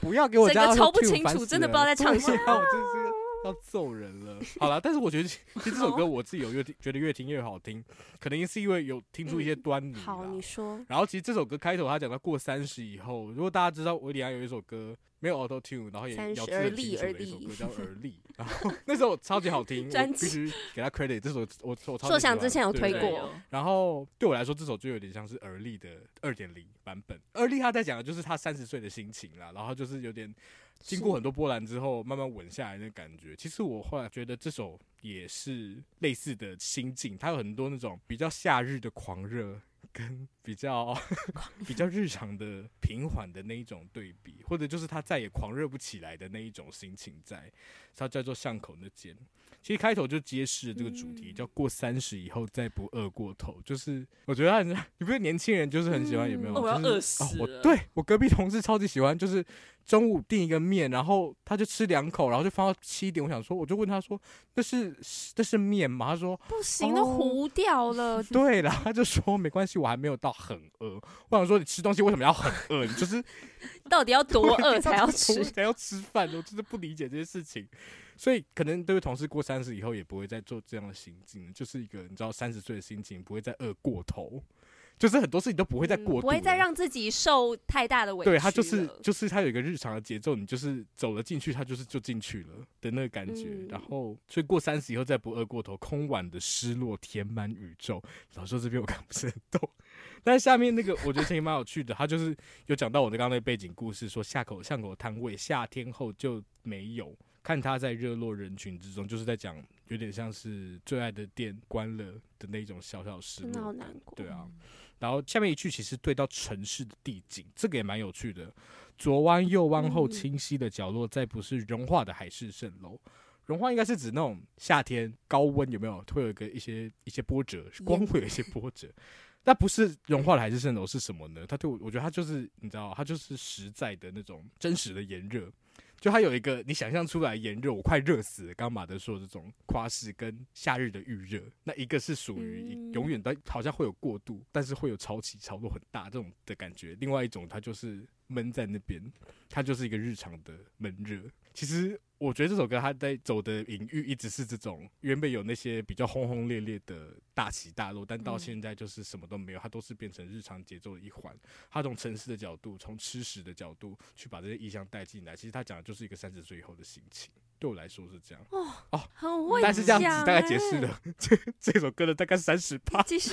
C: 不要给我
B: 整
C: 加
B: 个
C: auto
B: 超不
C: tune，
B: 清
C: 烦
B: 楚
C: 死
B: 真的
C: 了
B: 不知道在唱什
C: 对啊我真是要揍人 了。好了，但是我觉得其其实这首歌我自己有越听觉得越听越好听，可能是因为有听出一些端倪啦。
B: 嗯好，你说，
C: 然后其实这首歌开头他讲到过三十以后，如果大家知道维里安有一首歌没有 auto tune，然后也
B: 30
C: 咬字很清楚的一首歌叫《而立》，然后 那首超级好听，我
B: 专
C: 必
B: 辑
C: 须给他 credit，这首我我超级
B: 硕
C: 喜
B: 翔
C: 欢
B: 之前有
C: 对
B: 推
C: 对
B: 过
C: 对然后对我来说，这首就有点像是而立的二点零版本。而立他在讲的就是他三十岁的心情啦，然后就是有点经过很多波澜之后，慢慢稳下来的感觉。其实我后来觉得这首也是类似的心境，它有很多那种比较夏日的狂热。跟比较 比较日常的平缓的那一种对比，或者就是他再也狂热不起来的那一种心情在，它叫做巷口那间。其实开头就揭示了这个主题，
D: 嗯
C: 叫过三十以后再不饿过头。就是我觉得很，你不是年轻人就是很喜欢有没有？
D: 哦我要
C: 就是
D: 饿死
C: 哦我
D: 了
C: 对我隔壁同事超级喜欢，就是中午订一个面，然后他就吃两口，然后就放到七点。我想说，我就问他说：“那是那是面吗？”他说
B: 不行，
C: 哦
B: 都糊掉了。：“
C: 对了。”他就说：“没关系，我还没有到很饿。”我想说，你吃东西为什么要很饿？你就是
B: 到底要多饿才要
C: 多饿
B: 吃？
C: 才要吃饭，我真的不理解这些事情。所以可能这位同事过三十以后也不会再做这样的行径，就是一个你知道三十岁的心情不会再饿过头，就是很多事情都不会再过度了、
B: 嗯不会再让自己受太大的委屈
C: 对
B: 了。
C: 他就是就是他有一个日常的节奏，你就是走了进去，他就是就进去了的那个感觉。
B: 嗯
C: 然后，所以过三十以后再不饿过头，空碗的失落填满宇宙。老实说这边我看不是很懂，但是下面那个我觉得这也蛮有趣的，他就是有讲到我的刚刚那背景故事，说下口巷口摊位夏天后就没有。看他在热络人群之中，就是在讲有点像是最爱的店关了的那一种小小失
B: 真的
C: 落
B: 好
C: 感
B: 难过。
C: 对啊，然后下面一句其实对到城市的地景，这个也蛮有趣的。左弯右弯后，
B: 嗯
C: 清晰的角落再不是融化的海市蜃楼。融化应该是指那种夏天高温有没有会有一个一些一些波折，光会有一些波折。那不是融化的海市蜃楼是什么呢？它对我，我觉得它就是你知道，它就是实在的那种真实的炎热。就它有一个你想象出来的炎热，我快热死了。刚刚马德说的这种夸饰跟夏日的预热，那一个是属于
B: 嗯
C: 永远的，好像会有过度，但是会有潮起潮落很大这种的感觉；另外一种它就是闷在那边，它就是一个日常的闷热。其实我觉得这首歌它在走的隐喻一直是这种，原本有那些比较轰轰烈烈的大起大落，但到
D: 嗯
C: 现在就是什么都没有，它都是变成日常节奏的一环。他从城市的角度，从吃食的角度去把这些意象带进来。其实他讲的就是一个三十岁以后的心情，对我来说是这样。
B: 哦很会
C: 哦但是这样子
B: 讲
C: 大概解释
B: 欸。
C: 了 这这首歌的大概三十
B: 。
C: 趴
B: 继续，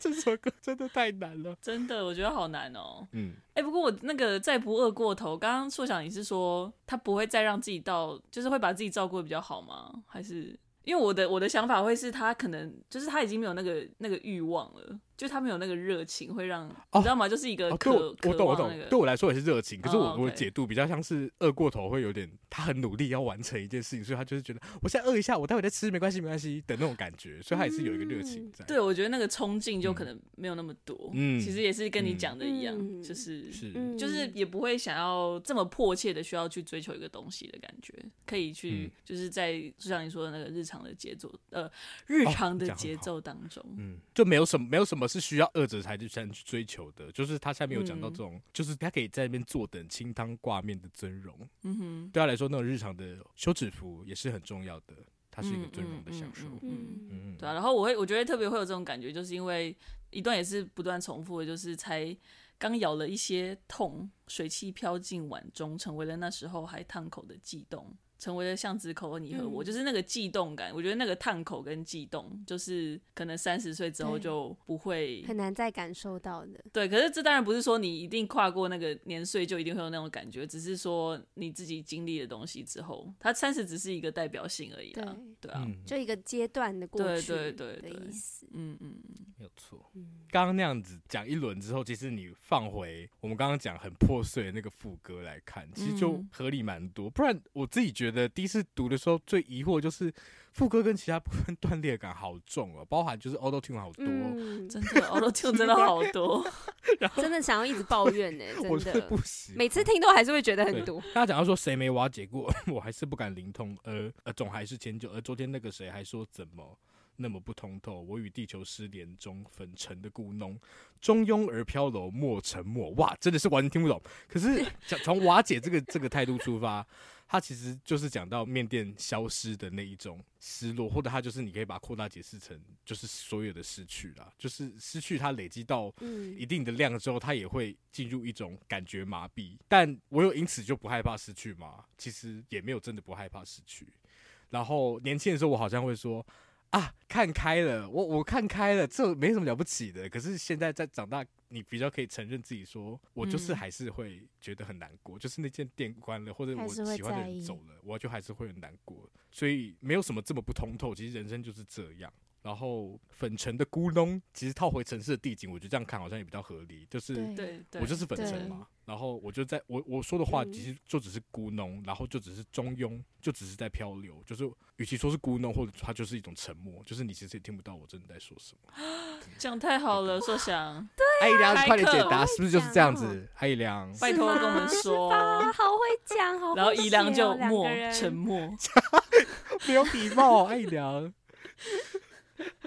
C: 这首歌真的太难了。
D: 真的我觉得好难哦。
C: 嗯，
D: 哎、不过我那个再不饿过头，刚刚硕想你是说他不会再让自己到，就是会把自己照顾的比较好吗？还是因为我的我的想法会是他可能就是他已经没有那个那个欲望了，就他没有那个热情，会让、
C: 哦
D: 你知道吗？就是一个
C: 哦，
D: 渴、
C: 对我我
D: 渴
C: 懂我
D: 望那
C: 懂，
D: 个
C: 对我来说也是热情，可是
D: 哦
C: 我我
D: OK
C: 解读比较像是饿过头，会有点他很努力要完成一件事情，所以他就是觉得我现在饿一下，我待会再吃没关系没关系的那种感觉，所以他也是有一个热情在。
D: 嗯对，我觉得那个冲劲就可能没有那么多。
C: 嗯
D: 其实也是跟你讲的一样，
B: 嗯
D: 就是
C: 是
B: 嗯
D: 就是也不会想要这么迫切的需要去追求一个东西的感觉，可以去、
C: 嗯
D: 就是在就像你说的那个日常的节奏，呃，日
C: 哦
D: 常的
C: 讲得
D: 节
C: 好
D: 奏当中，
C: 嗯，就没有什么没有什么是需要饿着才去才能去追求的，就是他下面有讲到
D: 嗯
C: 这种，就是他可以在那边坐等清汤挂面的尊荣，
D: 嗯哼，
C: 对他来说那种日常的休止符也是很重要的，它是一个尊荣的享受。
D: 嗯嗯嗯嗯
B: 嗯，
C: 嗯，
D: 对啊，然后我会我觉得特别会有这种感觉，就是因为一段也是不断重复的，就是才刚咬了一些痛，水汽飘进碗中，成为了那时候还烫口的悸动，成为了巷子口的你和我，
B: 嗯
D: 就是那个悸动感。我觉得那个烫口跟悸动，就是可能三十岁之后
B: 对
D: 就不会
B: 很难再感受到的。
D: 对，可是这当然不是说你一定跨过那个年岁就一定会有那种感觉，只是说你自己经历的东西之后，它三十只是一个代表性而已啦。对啊，
C: 嗯，
B: 就一个阶段的过
D: 对
B: 去
D: 对对
B: 的
D: 对
B: 意思。
D: 嗯嗯。
C: 没有错。
B: 嗯
C: 刚刚那样子讲一轮之后，其实你放回我们刚刚讲很破碎的那个副歌来看，其实就
D: 嗯
C: 合理蛮多。不然我自己觉得第一次读的时候最疑惑就是副歌跟其他部分 断裂感好重哦，包含就是 auto tune 好多哦，
B: 嗯，
D: 真的 auto tune 真的好多，
B: 真的想要一直抱怨 呢、
C: 我
B: 真
C: 是
B: 的
C: 不，行。
B: 每次听都还是会觉得很
C: 对
B: 毒。
C: 他讲到说谁没瓦解过， 我还是不敢灵通，而而总还是迁就。而昨天那个谁还说怎么那么不通透？我与地球失联中粉尘的故弄，中庸而飘柔，莫沉默。哇，真的是完全听不懂。可是 讲从瓦解这个这个态度出发，他其实就是讲到面店消失的那一种失落，或者他就是你可以把它扩大解释成就是所有的失去啦，就是失去它累积到
B: 嗯
C: 一定的量之后，他也会进入一种感觉麻痹。但我有因此就不害怕失去吗？其实也没有真的不害怕失去。然后年轻的时候，我好像会说啊，看开了，我我看开了，这没什么了不起的。可是现在在长大，你比较可以承认自己说，我就是
D: 嗯
C: 还是会觉得很难过，就是那件店关了，或者
E: 还
C: 我
E: 是会
C: 喜欢的
E: 在
C: 人
E: 意
C: 走了，我就还是会很难过。所以没有什么这么不通透，其实人生就是这样。然后粉尘的咕窿，其实套回城市的地景，我觉得这样看好像也比较合理，就是
D: 对对，
C: 我就是粉尘
E: 对
C: 嘛。然后我就在我我说的话，
B: 嗯
C: 其实就只是咕哝，然后就只是中庸，就只是在漂流。就是与其说是咕哝，或者它就是一种沉默，就是你其实也听不到我真的在说什么。
D: 讲太好了，硕翔，
B: 啊
C: 艾怡良，
D: 开
C: 快点解
D: 课
C: 答，
B: 我
C: 是不是就是这样子？艾怡良，
D: 拜托跟我们说。
B: 啊，好会讲，好会写哦。
D: 哦 然后宜良就
B: 两个
D: 默
B: 人
D: 沉 默，
C: 没有礼貌，艾怡良。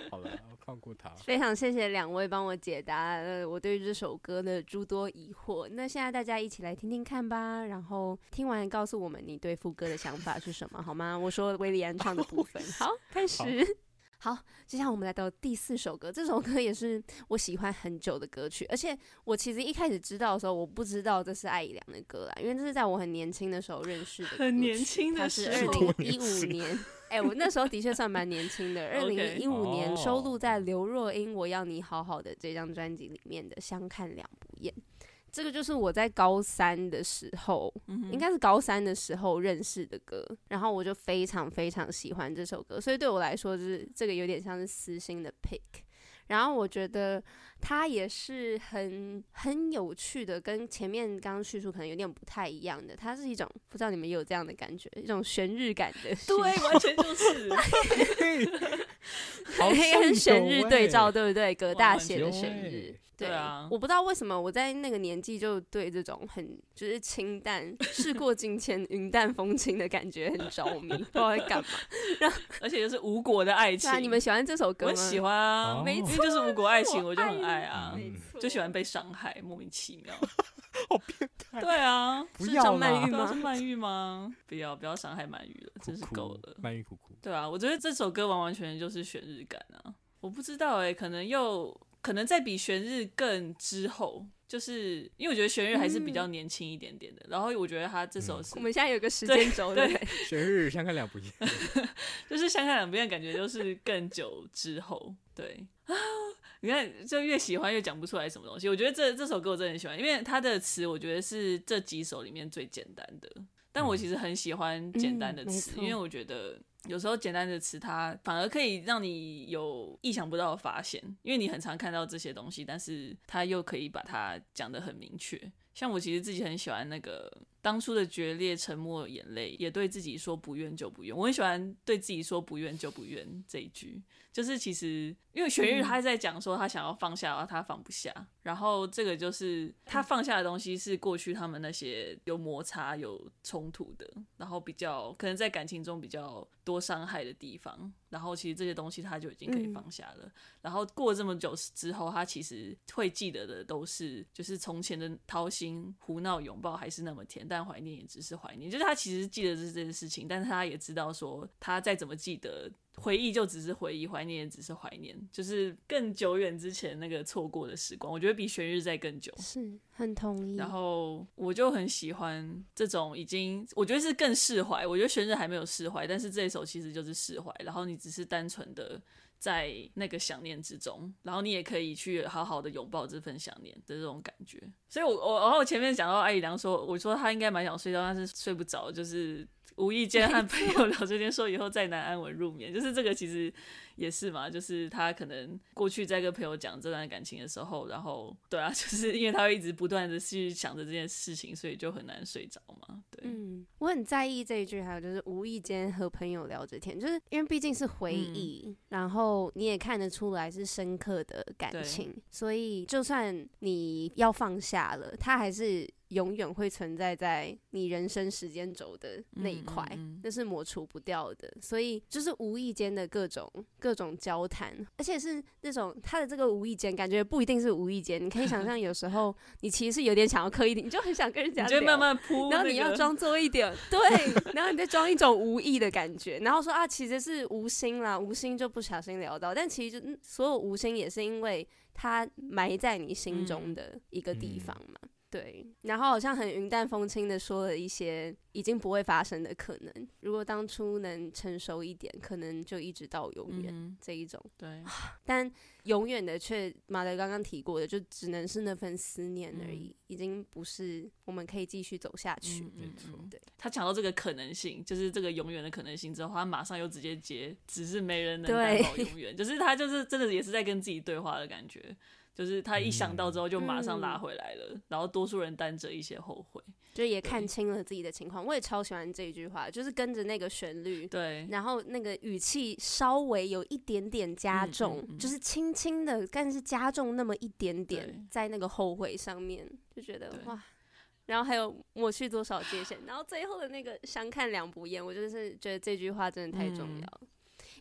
C: 好了，放过他。
B: 非常谢谢两位帮我解答呃我对于这首歌的诸多疑惑。那现在大家一起来听听看吧，然后听完告诉我们你对副歌的想法是什么，好吗？我说威利安唱的部 分，好，开始。好，接下来我们来到第四首歌，这首歌也是我喜欢很久的歌曲，而且我其实一开始知道的时候，我不知道这是艾怡良的歌啦，因为这是在我很年轻的时候认识的歌曲，
D: 很年轻
B: 它
D: 的
B: 是
D: 时
B: 二
D: 候
B: 零一五 年。哎、我那时候的确算蛮年轻的。二
D: OK
B: 零一五年
C: 哦
B: 收录在刘若英《我要你好好的》这张专辑里面的《相看两不厌》，这个就是我在高三的时候，
D: 嗯
B: 应该是高三的时候认识的歌。然后我就非常非常喜欢这首歌，所以对我来说，就是这个有点像是私心的 pick。然后我觉得它也是很很有趣的，跟前面刚刚叙述可能有点不太一样的。它是一种不知道你们有这样的感觉，一种旋日感的叙述，
D: 对，完全就是，
C: 好像
B: 跟神
C: 有
B: 日
C: 欸
B: 对照，对不对？葛大写的
C: 有
B: 神
C: 欸
B: 日，
D: 对啊
B: 我不知道为什么我在那个年纪就对这种很就是清 淡、事过境迁、云淡风轻的感觉很着迷，不知道在干嘛。
D: 而且就是无果的爱
B: 是
D: 情
B: 啊，。你们喜欢这首歌吗？
D: 我喜欢啊
C: 哦，
B: 没
D: 因
B: 错
D: 为就是无果爱情，我就很
B: 我爱
D: 爱啊，
C: 你
D: 就喜欢被伤害，莫名其妙。
C: 好变态。
D: 对啊，
C: 不
B: 是
C: 要
B: 张曼
C: 啦
B: 玉
D: 对啊，是
B: 吗？
D: 曼玉吗？不要不要伤害曼玉了，真是
C: 哭哭
D: 够了。
C: 曼玉哭哭，
D: 对啊，我觉得这首歌完完全全就是旋日感啊。我不知道哎、可能又可能在比旋日更之后，就是因为我觉得旋日还是比较年轻一点点的。然后我觉得他这首是、
B: 嗯我们现在有个时间轴对不对，
C: 全日相看两不厌。
D: 就是香港两边的感觉，就是更久之后，对啊，你看就越喜欢越讲不出来什么东西。我觉得这这首歌我真的很喜欢，因为它的词我觉得是这几首里面最简单的。但我其实很喜欢简单的
B: 嗯嗯没
D: 词，
B: 错
D: 因为我觉得有时候简单的词它反而可以让你有意想不到的发现，因为你很常看到这些东西，但是它又可以把它讲得很明确。像我其实自己很喜欢那个当初的决裂、沉默、眼泪，也对自己说不愿就不愿。我很喜欢对自己说不愿就不愿这一句，就是其实因为玄玉他在讲说他想要放下，然后他放不下，然后这个就是他放下的东西是过去他们那些有摩擦、有冲突的，然后比较可能在感情中比较多伤害的地方，然后其实这些东西他就已经可以
B: 嗯
D: 放下了。然后过了这么久之后，他其实会记得的都是，就是从前的掏心、胡闹、拥抱还是那么甜，但怀念也只是怀念。就是他其实记得是这件事情，但是他也知道说，他再怎么记得，回忆就只是回忆，怀念也只是怀念。就是更久远之前那个错过的时光，我觉得比玄日在更久。
B: 是很同意。
D: 然后我就很喜欢这种已经，我觉得是更释怀。我觉得玄日还没有释怀，但是这一首其实就是释怀。然后你只是单纯的在那个想念之中，然后你也可以去好好的拥抱这份想念的这种感觉。所以我，我然后我前面讲到艾怡良说，我说他应该蛮想睡觉，但是睡不着，就是无意间和朋友聊这件，说以后再难安稳入眠，就是这个其实也是嘛，就是他可能过去在跟朋友讲这段感情的时候，然后对啊， 就是因为他会一直不断的去想着这件事情，所以就很难睡着嘛，对，
B: 嗯，我很在意这一句，还有就是无意间和朋友聊着天，就是因为毕竟是回
D: 嗯
B: 忆，然后你也看得出来是深刻的感
D: 对
B: 情，所以就算你要放下了，它还是永远会存在在你人生时间轴的那一
D: 嗯嗯
B: 块，
D: 嗯
B: 那是抹除不掉的。所以就是无意间的各种各种交谈，而且是那种他的这个无意间，感觉不一定是无意间，你可以 想象有时候你其实是有点想要刻意的，你就很想跟人家
D: 你
B: 聊，
D: 就会慢慢铺、那
B: 然后你要
D: 个
B: 装作一 点，对，然后你再装一种无意的感觉，然后说啊，其实是无心啦，无心就不小心聊到，但其实就嗯所有无心也是因为它埋在你心中
D: 嗯
B: 的一个地
A: 嗯
B: 方嘛。对，然后好像很云淡风轻的说了一些已经不会发生的可能，如果当初能成熟一点，可能就一直到永远、
D: 嗯，
B: 这一种。
D: 对，
B: 但永远的却马德刚刚提过的，就只能是那份思念而已，已经不是我们可以继续走下去。
D: 嗯
A: 没错
B: 对，
D: 他讲到这个可能性，就是这个永远的可能性之后，他马上又直接接，只是没人能
B: 对
D: 担保永远，就是他就是真的也是在跟自己对话的感觉，就是他一想到之后就马上
B: 嗯
D: 拉回来了，然后多数人担着一些后悔，
B: 就也看
D: 对
B: 清了自己的情况。我也超喜欢这一句话，就是跟着那个旋律，
D: 对，
B: 然后那个语气稍微有一点点加
D: 嗯
B: 重，
D: 嗯嗯
B: 就是轻轻的，但是加重那么一点
D: 对
B: 点，在那个后悔上面，就觉得
D: 对
B: 哇。然后还有抹去多少界限，然后最后的那个相看两不厌，我就是觉得这句话真的太重
D: 嗯
B: 要了。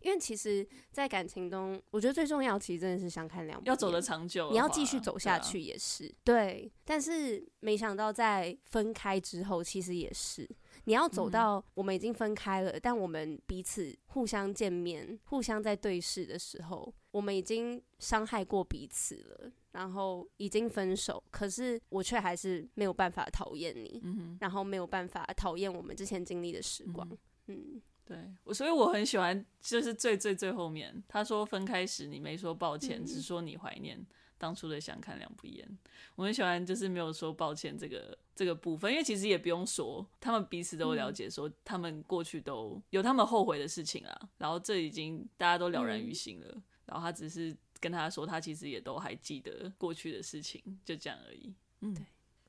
B: 因为其实，在感情中，我觉得最重要其实真的是相看两不厌，
D: 要走得长久的话，
B: 你要继续走下
D: 对啊
B: 去也是对，但是没想到在分开之后，其实也是你要走到我们已经分开了，但我们彼此互相见面、互相在对视的时候，我们已经伤害过彼此了，然后已经分手，可是我却还是没有办法讨厌你，
D: 嗯哼。
B: 然后没有办法讨厌我们之前经历的时光
D: 嗯。
B: 嗯，
D: 对，我所以我很喜欢，就是最最最后面，他说分开时你没说抱歉，
B: 嗯
D: 只说你怀念当初的相看两不厌。我很喜欢，就是没有说抱歉这个这个部分，因为其实也不用说，他们彼此都了解说，他们过去都有他们后悔的事情啦，然后这已经大家都了然于心了，然后他只是跟他说，他其实也都还记得过去的事情，就这样而已。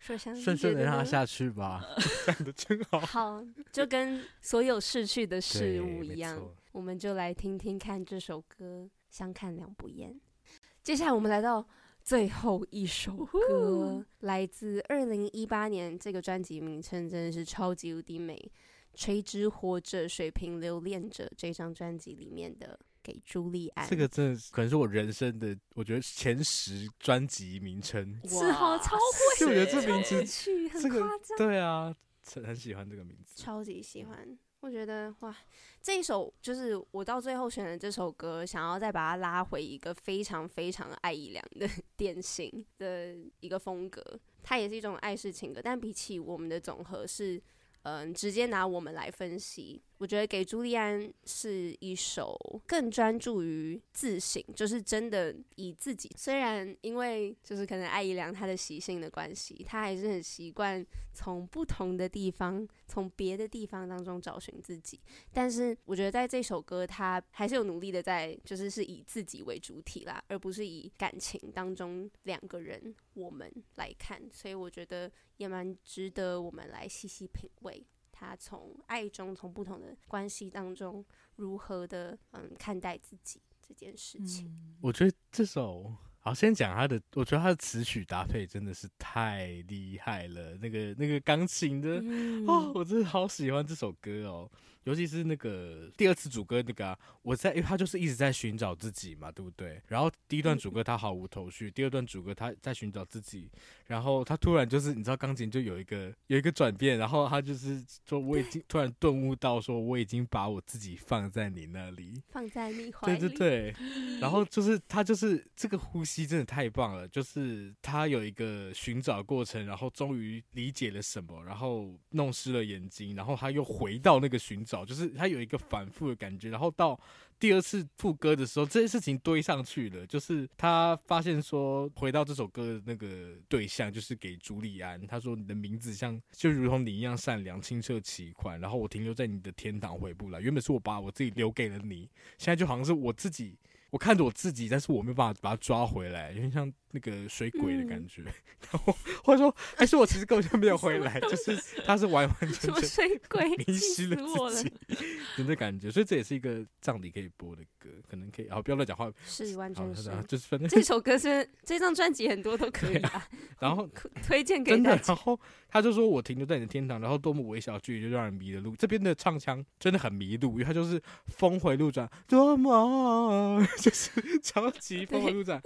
B: 说相
A: 顺顺的让他
B: 他
A: 下去吧。
B: 呃
C: 讲的真好。
B: 好，就跟所有逝去的事
A: 对
B: 物
A: 没
B: 一样
A: 错，
B: 我们就来听听看这首歌《相看两不厌》。接下来我们来到最后一首歌，来自二零一八年，这个专辑名称真的是超级无敌美，《垂直活着，水平留恋着》这张专辑里面的《给朱利安》。
C: 这个真的是可能是我人生的，我觉得前十专辑名称。
B: 是好
D: 哇
B: 超会
C: 就我觉得这名字
B: 去很
C: 这
B: 夸
C: 个
B: 张，
C: 对啊，很很喜欢这个名字。
B: 超级喜欢。我觉得哇，这一首就是我到最后选的这首歌，想要再把它拉回一个非常非常爱姨良的 典型的一个风格。它也是一种爱是情歌，但比起我们的总和是，嗯、直接拿我们来分析。我觉得给朱利安是一首更专注于自省，就是真的以自己。虽然因为就是可能艾怡良他的习性的关系，他还是很习惯从不同的地方，从别的地方当中找寻自己。但是我觉得在这首歌，他还是有努力的在，就是是以自己为主体啦，而不是以感情当中两个人我们来看，所以我觉得也蛮值得我们来细细品味。他从爱中，从不同的关系当中，如何的嗯看待自己这件事情。
C: 我觉得这首好，先讲他的，我觉得他的词曲搭配真的是太厉害了。那个那个钢琴的、
B: 嗯
C: 哦，我真的好喜欢这首歌哦，尤其是那个第二次主歌那个、啊，我在，因为他就是一直在寻找自己嘛，对不对？然后第一段主歌他毫无头绪，第二段主歌他在寻找自己，然后他突然就是你知道钢琴就有一个有一个转变，然后他就是说我已经突然顿悟到说我已经把我自己放在你那里，
B: 放在你怀
C: 对
B: 里，
C: 对对，然后就是他就是这个呼吸真的太棒了，就是他有一个寻找过程，然后终于理解了什么，然后弄湿了眼睛，然后他又回到那个寻找，就是它有一个反复的感觉，然后到第二次副歌的时候，这件事情堆上去了，就是他发现说，回到这首歌的那个对象就是给朱利安，他说你的名字像就如同你一样善良、清澈、奇宽，然后我停留在你的天堂回不来，原本是我把我自己留给了你，现在就好像是我自己。我看着我自己，但是我没有办法把它抓回来，有点像那个水鬼的感觉。然后或者说，还是我其实根本就没有回来，就是他是完完
B: 什
C: 全
B: 么
C: 全
B: 水 鬼，
C: 迷
B: 气
C: 失
B: 死
C: 了
B: 我了
C: 自！己的那感觉，所以这也是一个葬礼可以播的歌，可能可以。好，不要乱讲话，
B: 是，完
C: 好，
B: 全是。
C: 就是 反正
B: 这首歌是这张专辑很多都可以啊，
C: 然后
B: 推荐给
C: 真
B: 大
C: 的，
B: 家
C: 然。后他就说我停留在你的天堂，然后多么微小的距离就让人迷了路。这边的唱腔真的很迷路，因为他就是峰回路转，多么就是超级峰回路转。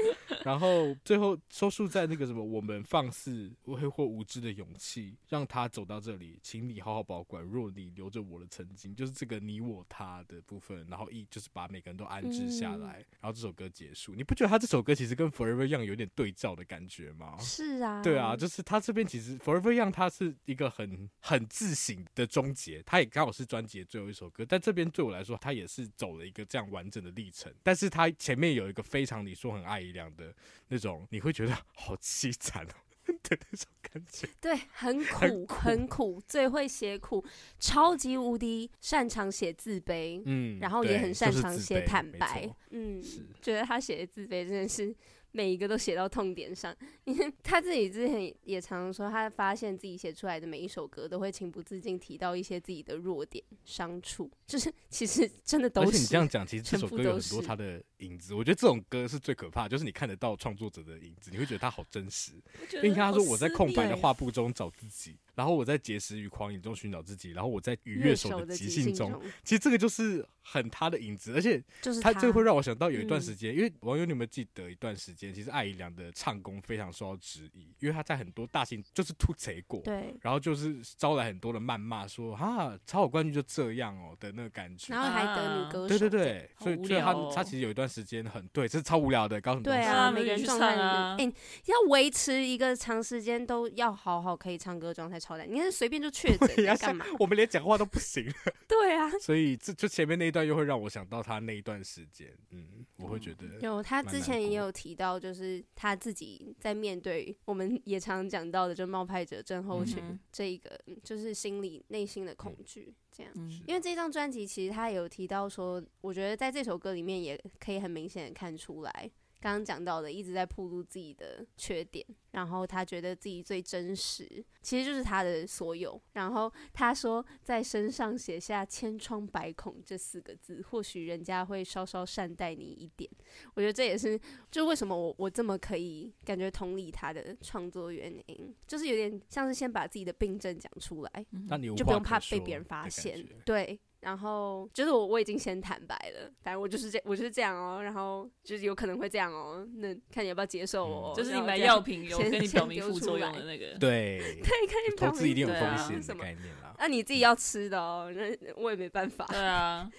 C: 然后最后收束在那个什么，我们放肆挥霍无知的勇气，让他走到这里，请你好好保管。若你留着我的曾经，就是这个你我他的部分，然后一就是把每个人都安置下来，然后这首歌结束。你不觉得他这首歌其实跟 Forever Young 有点对照的感觉吗？
B: 是啊，
C: 对啊，就是他这边其实 Forever Young 它是一个很很自省的终结，它也刚好是专辑的最后一首歌。但这边对我来说，它也是走了一个这样完整的历程。但是它前面有一个非常你说很爱一良的那种，你会觉得好凄惨哦 的那种感 觉。
B: 对，很苦，很苦，最会写苦，超级无敌擅长写自卑，
C: 嗯，
B: 然后也
C: 对
B: 很擅
C: 就是
B: 长
C: 自
B: 写
C: 卑
B: 坦
C: 没
B: 白
C: 错。
B: 嗯
C: 是，
B: 觉得他写的自卑真的是每一个都写到痛点上。 因为他自己之前也常说，他发现自己写出来的每一首歌都会情不自禁提到一些自己的弱点、伤处，就是其实真的
C: 而
B: 都
C: 且你这
B: 是
C: 样。讲，其实这
B: 全
C: 首
B: 部
C: 歌有
B: 都
C: 很多
B: 是
C: 它的影子。我觉得这种歌是最可怕的，就是你看得到创作者的影子，你会觉得他好真实。
D: 我觉得
C: 因为他说我在空白的
D: 好哦
B: 啊
C: 画布中找自己，然后我在节食与狂饮中寻找自己，然后我在愉
B: 乐
C: 悦
B: 手
C: 手
B: 的
C: 的
B: 即
C: 即
B: 兴
C: 兴
B: 中
C: 中，，其实这个就是很他的影子，而且
B: 就是
C: 他这会让我想到有一
B: 嗯
C: 段时间，因为网友你们记得一段时间，其实艾怡良的唱功非常受到质疑，因为他在很多大型就是突贼过，
B: 对，
C: 然后就是招来很多的谩骂，说啊超好冠军就这样哦的那个感觉
B: 然。后还得女
D: 啊
B: 歌手，
C: 对对，对，
D: 好
C: 所以
D: 无
C: 所以他
D: 聊哦
C: 他其实有一段时间很对，这是超无聊的，搞什么东
B: 对
C: 西
B: 啊，
D: 啊
B: 每
D: 那
B: 个
D: 就
B: 人
D: 去
B: 状
D: 唱
B: 态
D: 啊
B: 哎、你要维持一个长时间都要好好可以唱歌的状态超难，你看随便就确 诊
C: 对
B: 了
C: 呀，
B: 干
C: 像
B: 嘛？
C: 我们连讲话都不行，
B: 对 啊，
C: 所以这就前面那一段又会让我想到他那一段时间，嗯，我会觉得，
B: 有他
C: 蛮
B: 之
C: 难
B: 前也
C: 过
B: 有提到，就是他自己在面对我们也常讲到的，就冒牌者症候群、
D: 嗯
B: 这一个，嗯就是心理内心的恐惧这样。
D: 嗯
B: 因为这张专辑其实他有提到说，我觉得在这首歌里面也可以很明显的看出来，刚刚讲到的一直在暴露自己的缺点，然后他觉得自己最真实，其实就是他的所有。然后他说在身上写下“千疮百孔”这四个字，或许人家会稍稍善待你一点。我觉得这也是，就为什么我我这么可以感觉同理他的创作原因，就是有点像是先把自己的病症讲出来，
C: 那你无
B: 就
C: 话
B: 不用
C: 可
B: 怕被
C: 说
B: 别人
C: 的
B: 发
C: 感
B: 现
C: 觉。
B: 对，然后就是我我已经先坦白了，反正我就是这我就是这样哦，然后就是有可能会这样哦，那看你要不要接受我、
C: 嗯
D: 就是
B: 然
D: 你
B: 后
D: 买
B: 这样
D: 药，品有
B: 先
D: 跟你表明
B: 先丢
D: 副
B: 出
D: 作用
B: 来
D: 的那个，
C: 对，
B: 对，看你
C: 投
B: 表
C: 资一定有
D: 对
C: 风
D: 啊
C: 险的
B: 什么。
C: 概念啦，
B: 那、你自己要吃的哦，那我也没办法。
D: 对啊，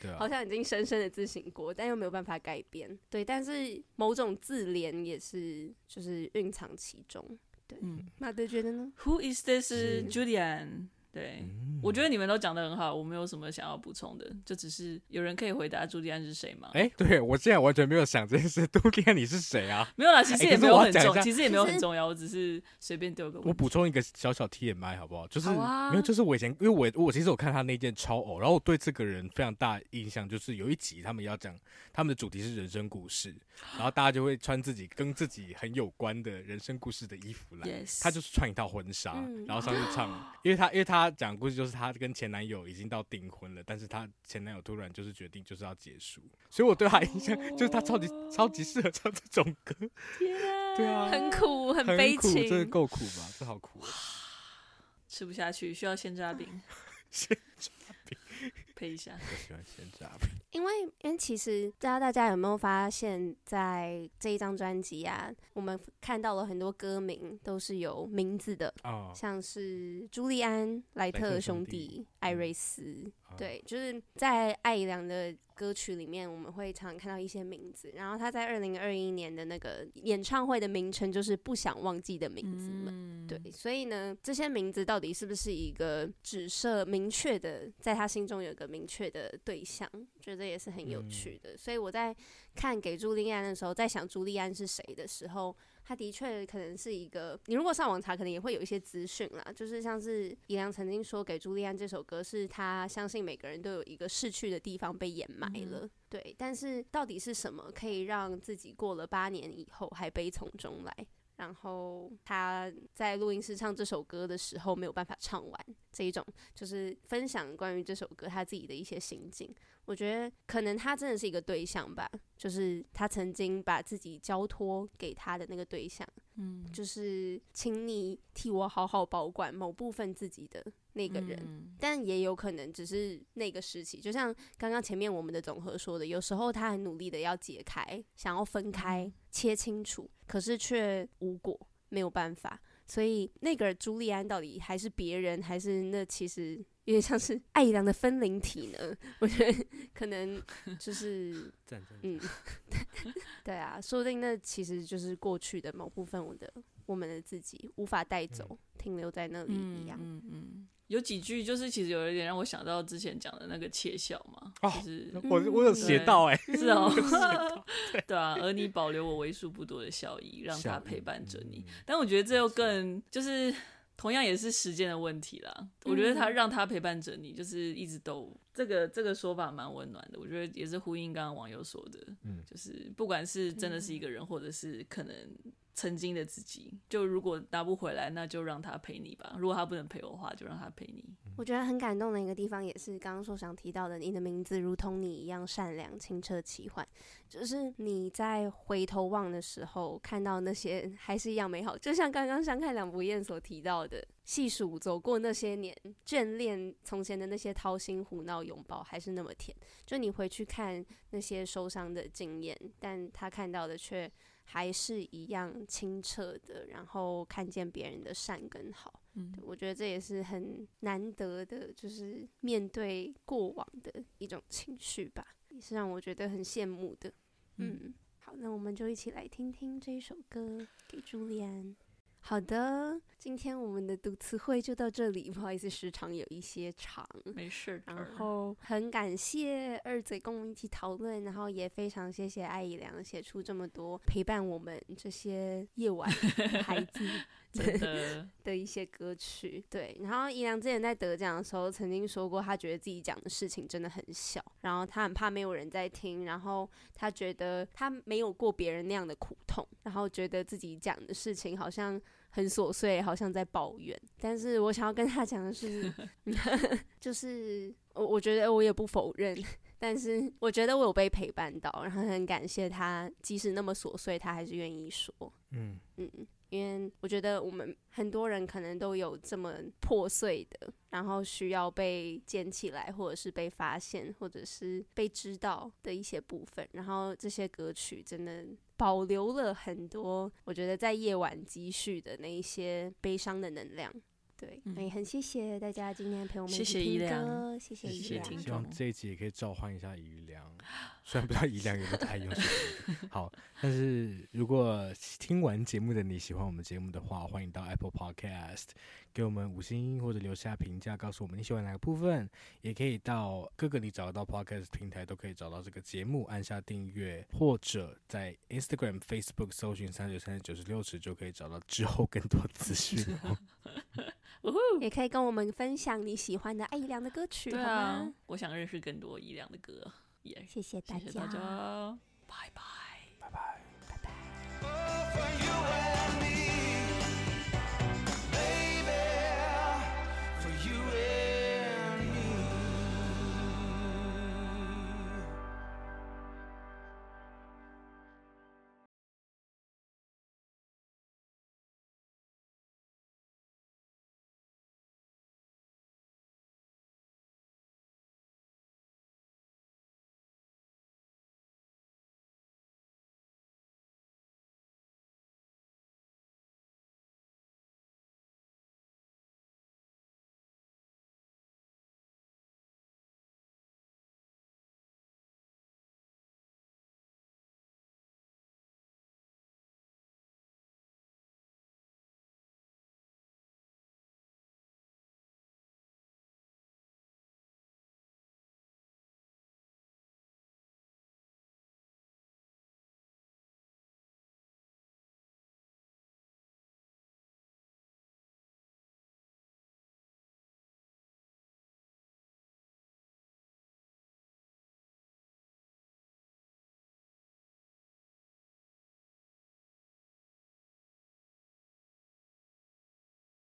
C: 对啊
B: 好，像已经深深的自省过，但又没有办法改变。对，但是某种自怜也是就是蕴藏其中。对，
D: 嗯
B: 马德觉得呢？
D: ，Who is this
C: 是
D: Julian？对，
C: 嗯
D: 我觉得你们都讲的很好，我没有什么想要补充的，就只是有人可以回答朱利安是谁吗？
C: 哎、对我现在完全没有想这件事， 都看你是谁啊？
D: 没有啦，其实
C: 哎可
D: 也
C: 是
D: 没有
C: 我要
D: 很
C: 讲一
D: 重，
C: 下
D: 其实也没有很
B: 是
D: 重要，我只是随便丢个
C: 我
D: 问题。
C: 补充一个小小 TMI 好不好？就是、
D: 好啊
C: 没有，就是我以前因为我我其实我看他那件超偶，然后我对这个人非常大印象，就是有一集他们要讲他们的主题是人生故 事，然后大家就会穿自己跟自己很有关的人生故事的衣服来。
D: Yes，
C: 他就是穿一套婚纱，
B: 嗯
C: 然后上去唱， 因为他因为他讲的故事就是他跟前男友已经到订婚了，但是他前男友突然就是决定就是要结束，所以我对他印象哦就是他超级超级适合唱这种歌，对啊，
B: 很苦，很
C: 很
B: 悲
C: 苦，
B: 情。
C: 这够苦吧？这好苦哦、
D: 吃不下去，需要鲜渣 饼，
C: 鲜
D: 配一下。
C: 我喜欢鲜榨
B: 因为，因为其实不知道大家有没有发现，在这一张专辑啊，我们看到了很多歌名都是有名字的，
D: 哦
C: 啊，
B: 像是朱哦利安、莱
C: 莱
B: 特
C: 特
B: 兄
C: 兄
B: 弟嗯
C: 弟、
B: 艾瑞斯，
C: 啊
B: 对，就是在艾怡良的歌曲里面，我们会常常看到一些名字。然后他在二零二一年的那个演唱会的名称就是《不想忘记的名字们》
D: 嗯，
B: 对，所以呢，这些名字到底是不是一个指涉明确的，在他心中有一个明确的对象，觉得也是很有趣的。所以我在看给朱利安的时候，在想朱利安是谁的时候，他的确可能是一个，你如果上网查，可能也会有一些资讯啦。就是像是怡良曾经说，给朱利安这首歌是他相信每个人都有一个逝去的地方被掩埋了，对。但是到底是什么可以让自己过了八年以后还悲从中来？然后他在录音室唱这首歌的时候没有办法唱完，这一种就是分享关于这首歌他自己的一些心境。我觉得可能他真的是一个对象吧，就是他曾经把自己交托给他的那个对象，
D: 嗯，
B: 就是请你替我好好保管某部分自己的那个人。
D: 嗯
B: 但也有可能只是那个时期，就像刚刚前面我们的总和说的，有时候他很努力的要解开，想要分
D: 嗯
B: 开、切清楚，可是却无果，没有办法。所以那个朱利安到底还是别人，还是那其实有点像是艾怡良的分灵体呢？我觉得可能 就是
A: 赞赞
B: 嗯， 对啊，说不定那其实就是过去的某部分我的我们的自己无法带走，
C: 嗯
B: 停留在那里一样。
D: 嗯嗯，有几句就是其实有一点让我想到之前讲的那个窃笑嘛，
C: 哦
D: 就是
C: 我我有写到哎、
D: 是哦， 对啊，而你保留我为数不多的笑意，让它
C: 笑
D: 陪伴着你。但我觉得这又更就是同样也是时间的问题啦。我觉得他让他陪伴着你，就是一直都这个这个说法蛮温暖的。我觉得也是呼应刚刚网友说的，
A: 嗯
D: 就是不管是真的是一个人，或者是可能。曾经的自己，就如果拿不回来，那就让他陪你吧。如果他不能陪我的话，就让他陪你。
B: 我觉得很感动的一个地方，也是刚刚说想提到的，你的名字如同你一样善良、清澈、奇幻。就是你在回头望的时候，看到那些还是一样美好，就像刚刚相看两不厌所提到的，细数走过那些年，眷恋从前的那些掏心胡闹拥抱，还是那么甜。就你回去看那些受伤的经验，但他看到的却还是一样清澈的，然后看见别人的善跟好。
D: 嗯
B: 对，我觉得这也是很难得的，就是面对过往的一种情绪吧，也是让我觉得很羡慕的。
D: 嗯
B: 嗯，好，那我们就一起来听听这一首歌给朱利安。好的，今天我们的读词汇就到这里，不好意思，时长有一些长。
D: 没事的。
B: 然后很感谢二嘴跟我们一起讨论，然后也非常谢谢艾怡良写出这么多陪伴我们这些夜晚孩子
D: 真的，
B: 的一些歌曲。对，然后怡良之前在得奖的时候曾经说过，他觉得自己讲的事情真的很小，然后他很怕没有人在听，然后他觉得他没有过别人那样的苦痛，然后觉得自己讲的事情好像。很琐碎，好像在抱怨。但是我想要跟他讲的是， 就是我我觉得我也不否认，但是我觉得我有被陪伴到，然后很感谢他，即使那么琐碎，他还是愿意说。
C: 嗯，
B: 嗯，因为我觉得我们很多人可能都有这么破碎的，然后需要被捡起来，或者是被发现，或者是被知道的一些部分。然后这些歌曲真的保留了很多，我觉得在夜晚积蓄的那一些悲伤的能量。对，
D: 嗯
B: 那也很谢谢大家今天陪我们一
D: 谢
B: 起
D: 谢
B: 听
D: 宜良
B: 歌，谢谢
D: 谢
B: 宜
D: 谢听
B: 良。
C: 希望
D: 众
C: 这一集也可以召唤一下余良，虽然不知道余良有没有太用心。好，但是如果听完节目的你喜欢我们节目的话，欢迎到 Apple Podcast 给我们五星或者留下评价，告诉我们你喜欢哪个部分。也可以到各个你找得到 Podcast 平台都可以找到这个节目，按下订阅，或者在 Instagram、Facebook 搜寻三九三九十六尺就可以找到之后更多资讯哦。
D: 呜呼
B: 也可以跟我们分享你喜欢的艾怡良的歌曲，
D: 对
B: 好
D: 啊
B: 吗？，
D: 我想认识更多宜良的歌，也
B: 谢谢
D: 谢谢大家，拜拜。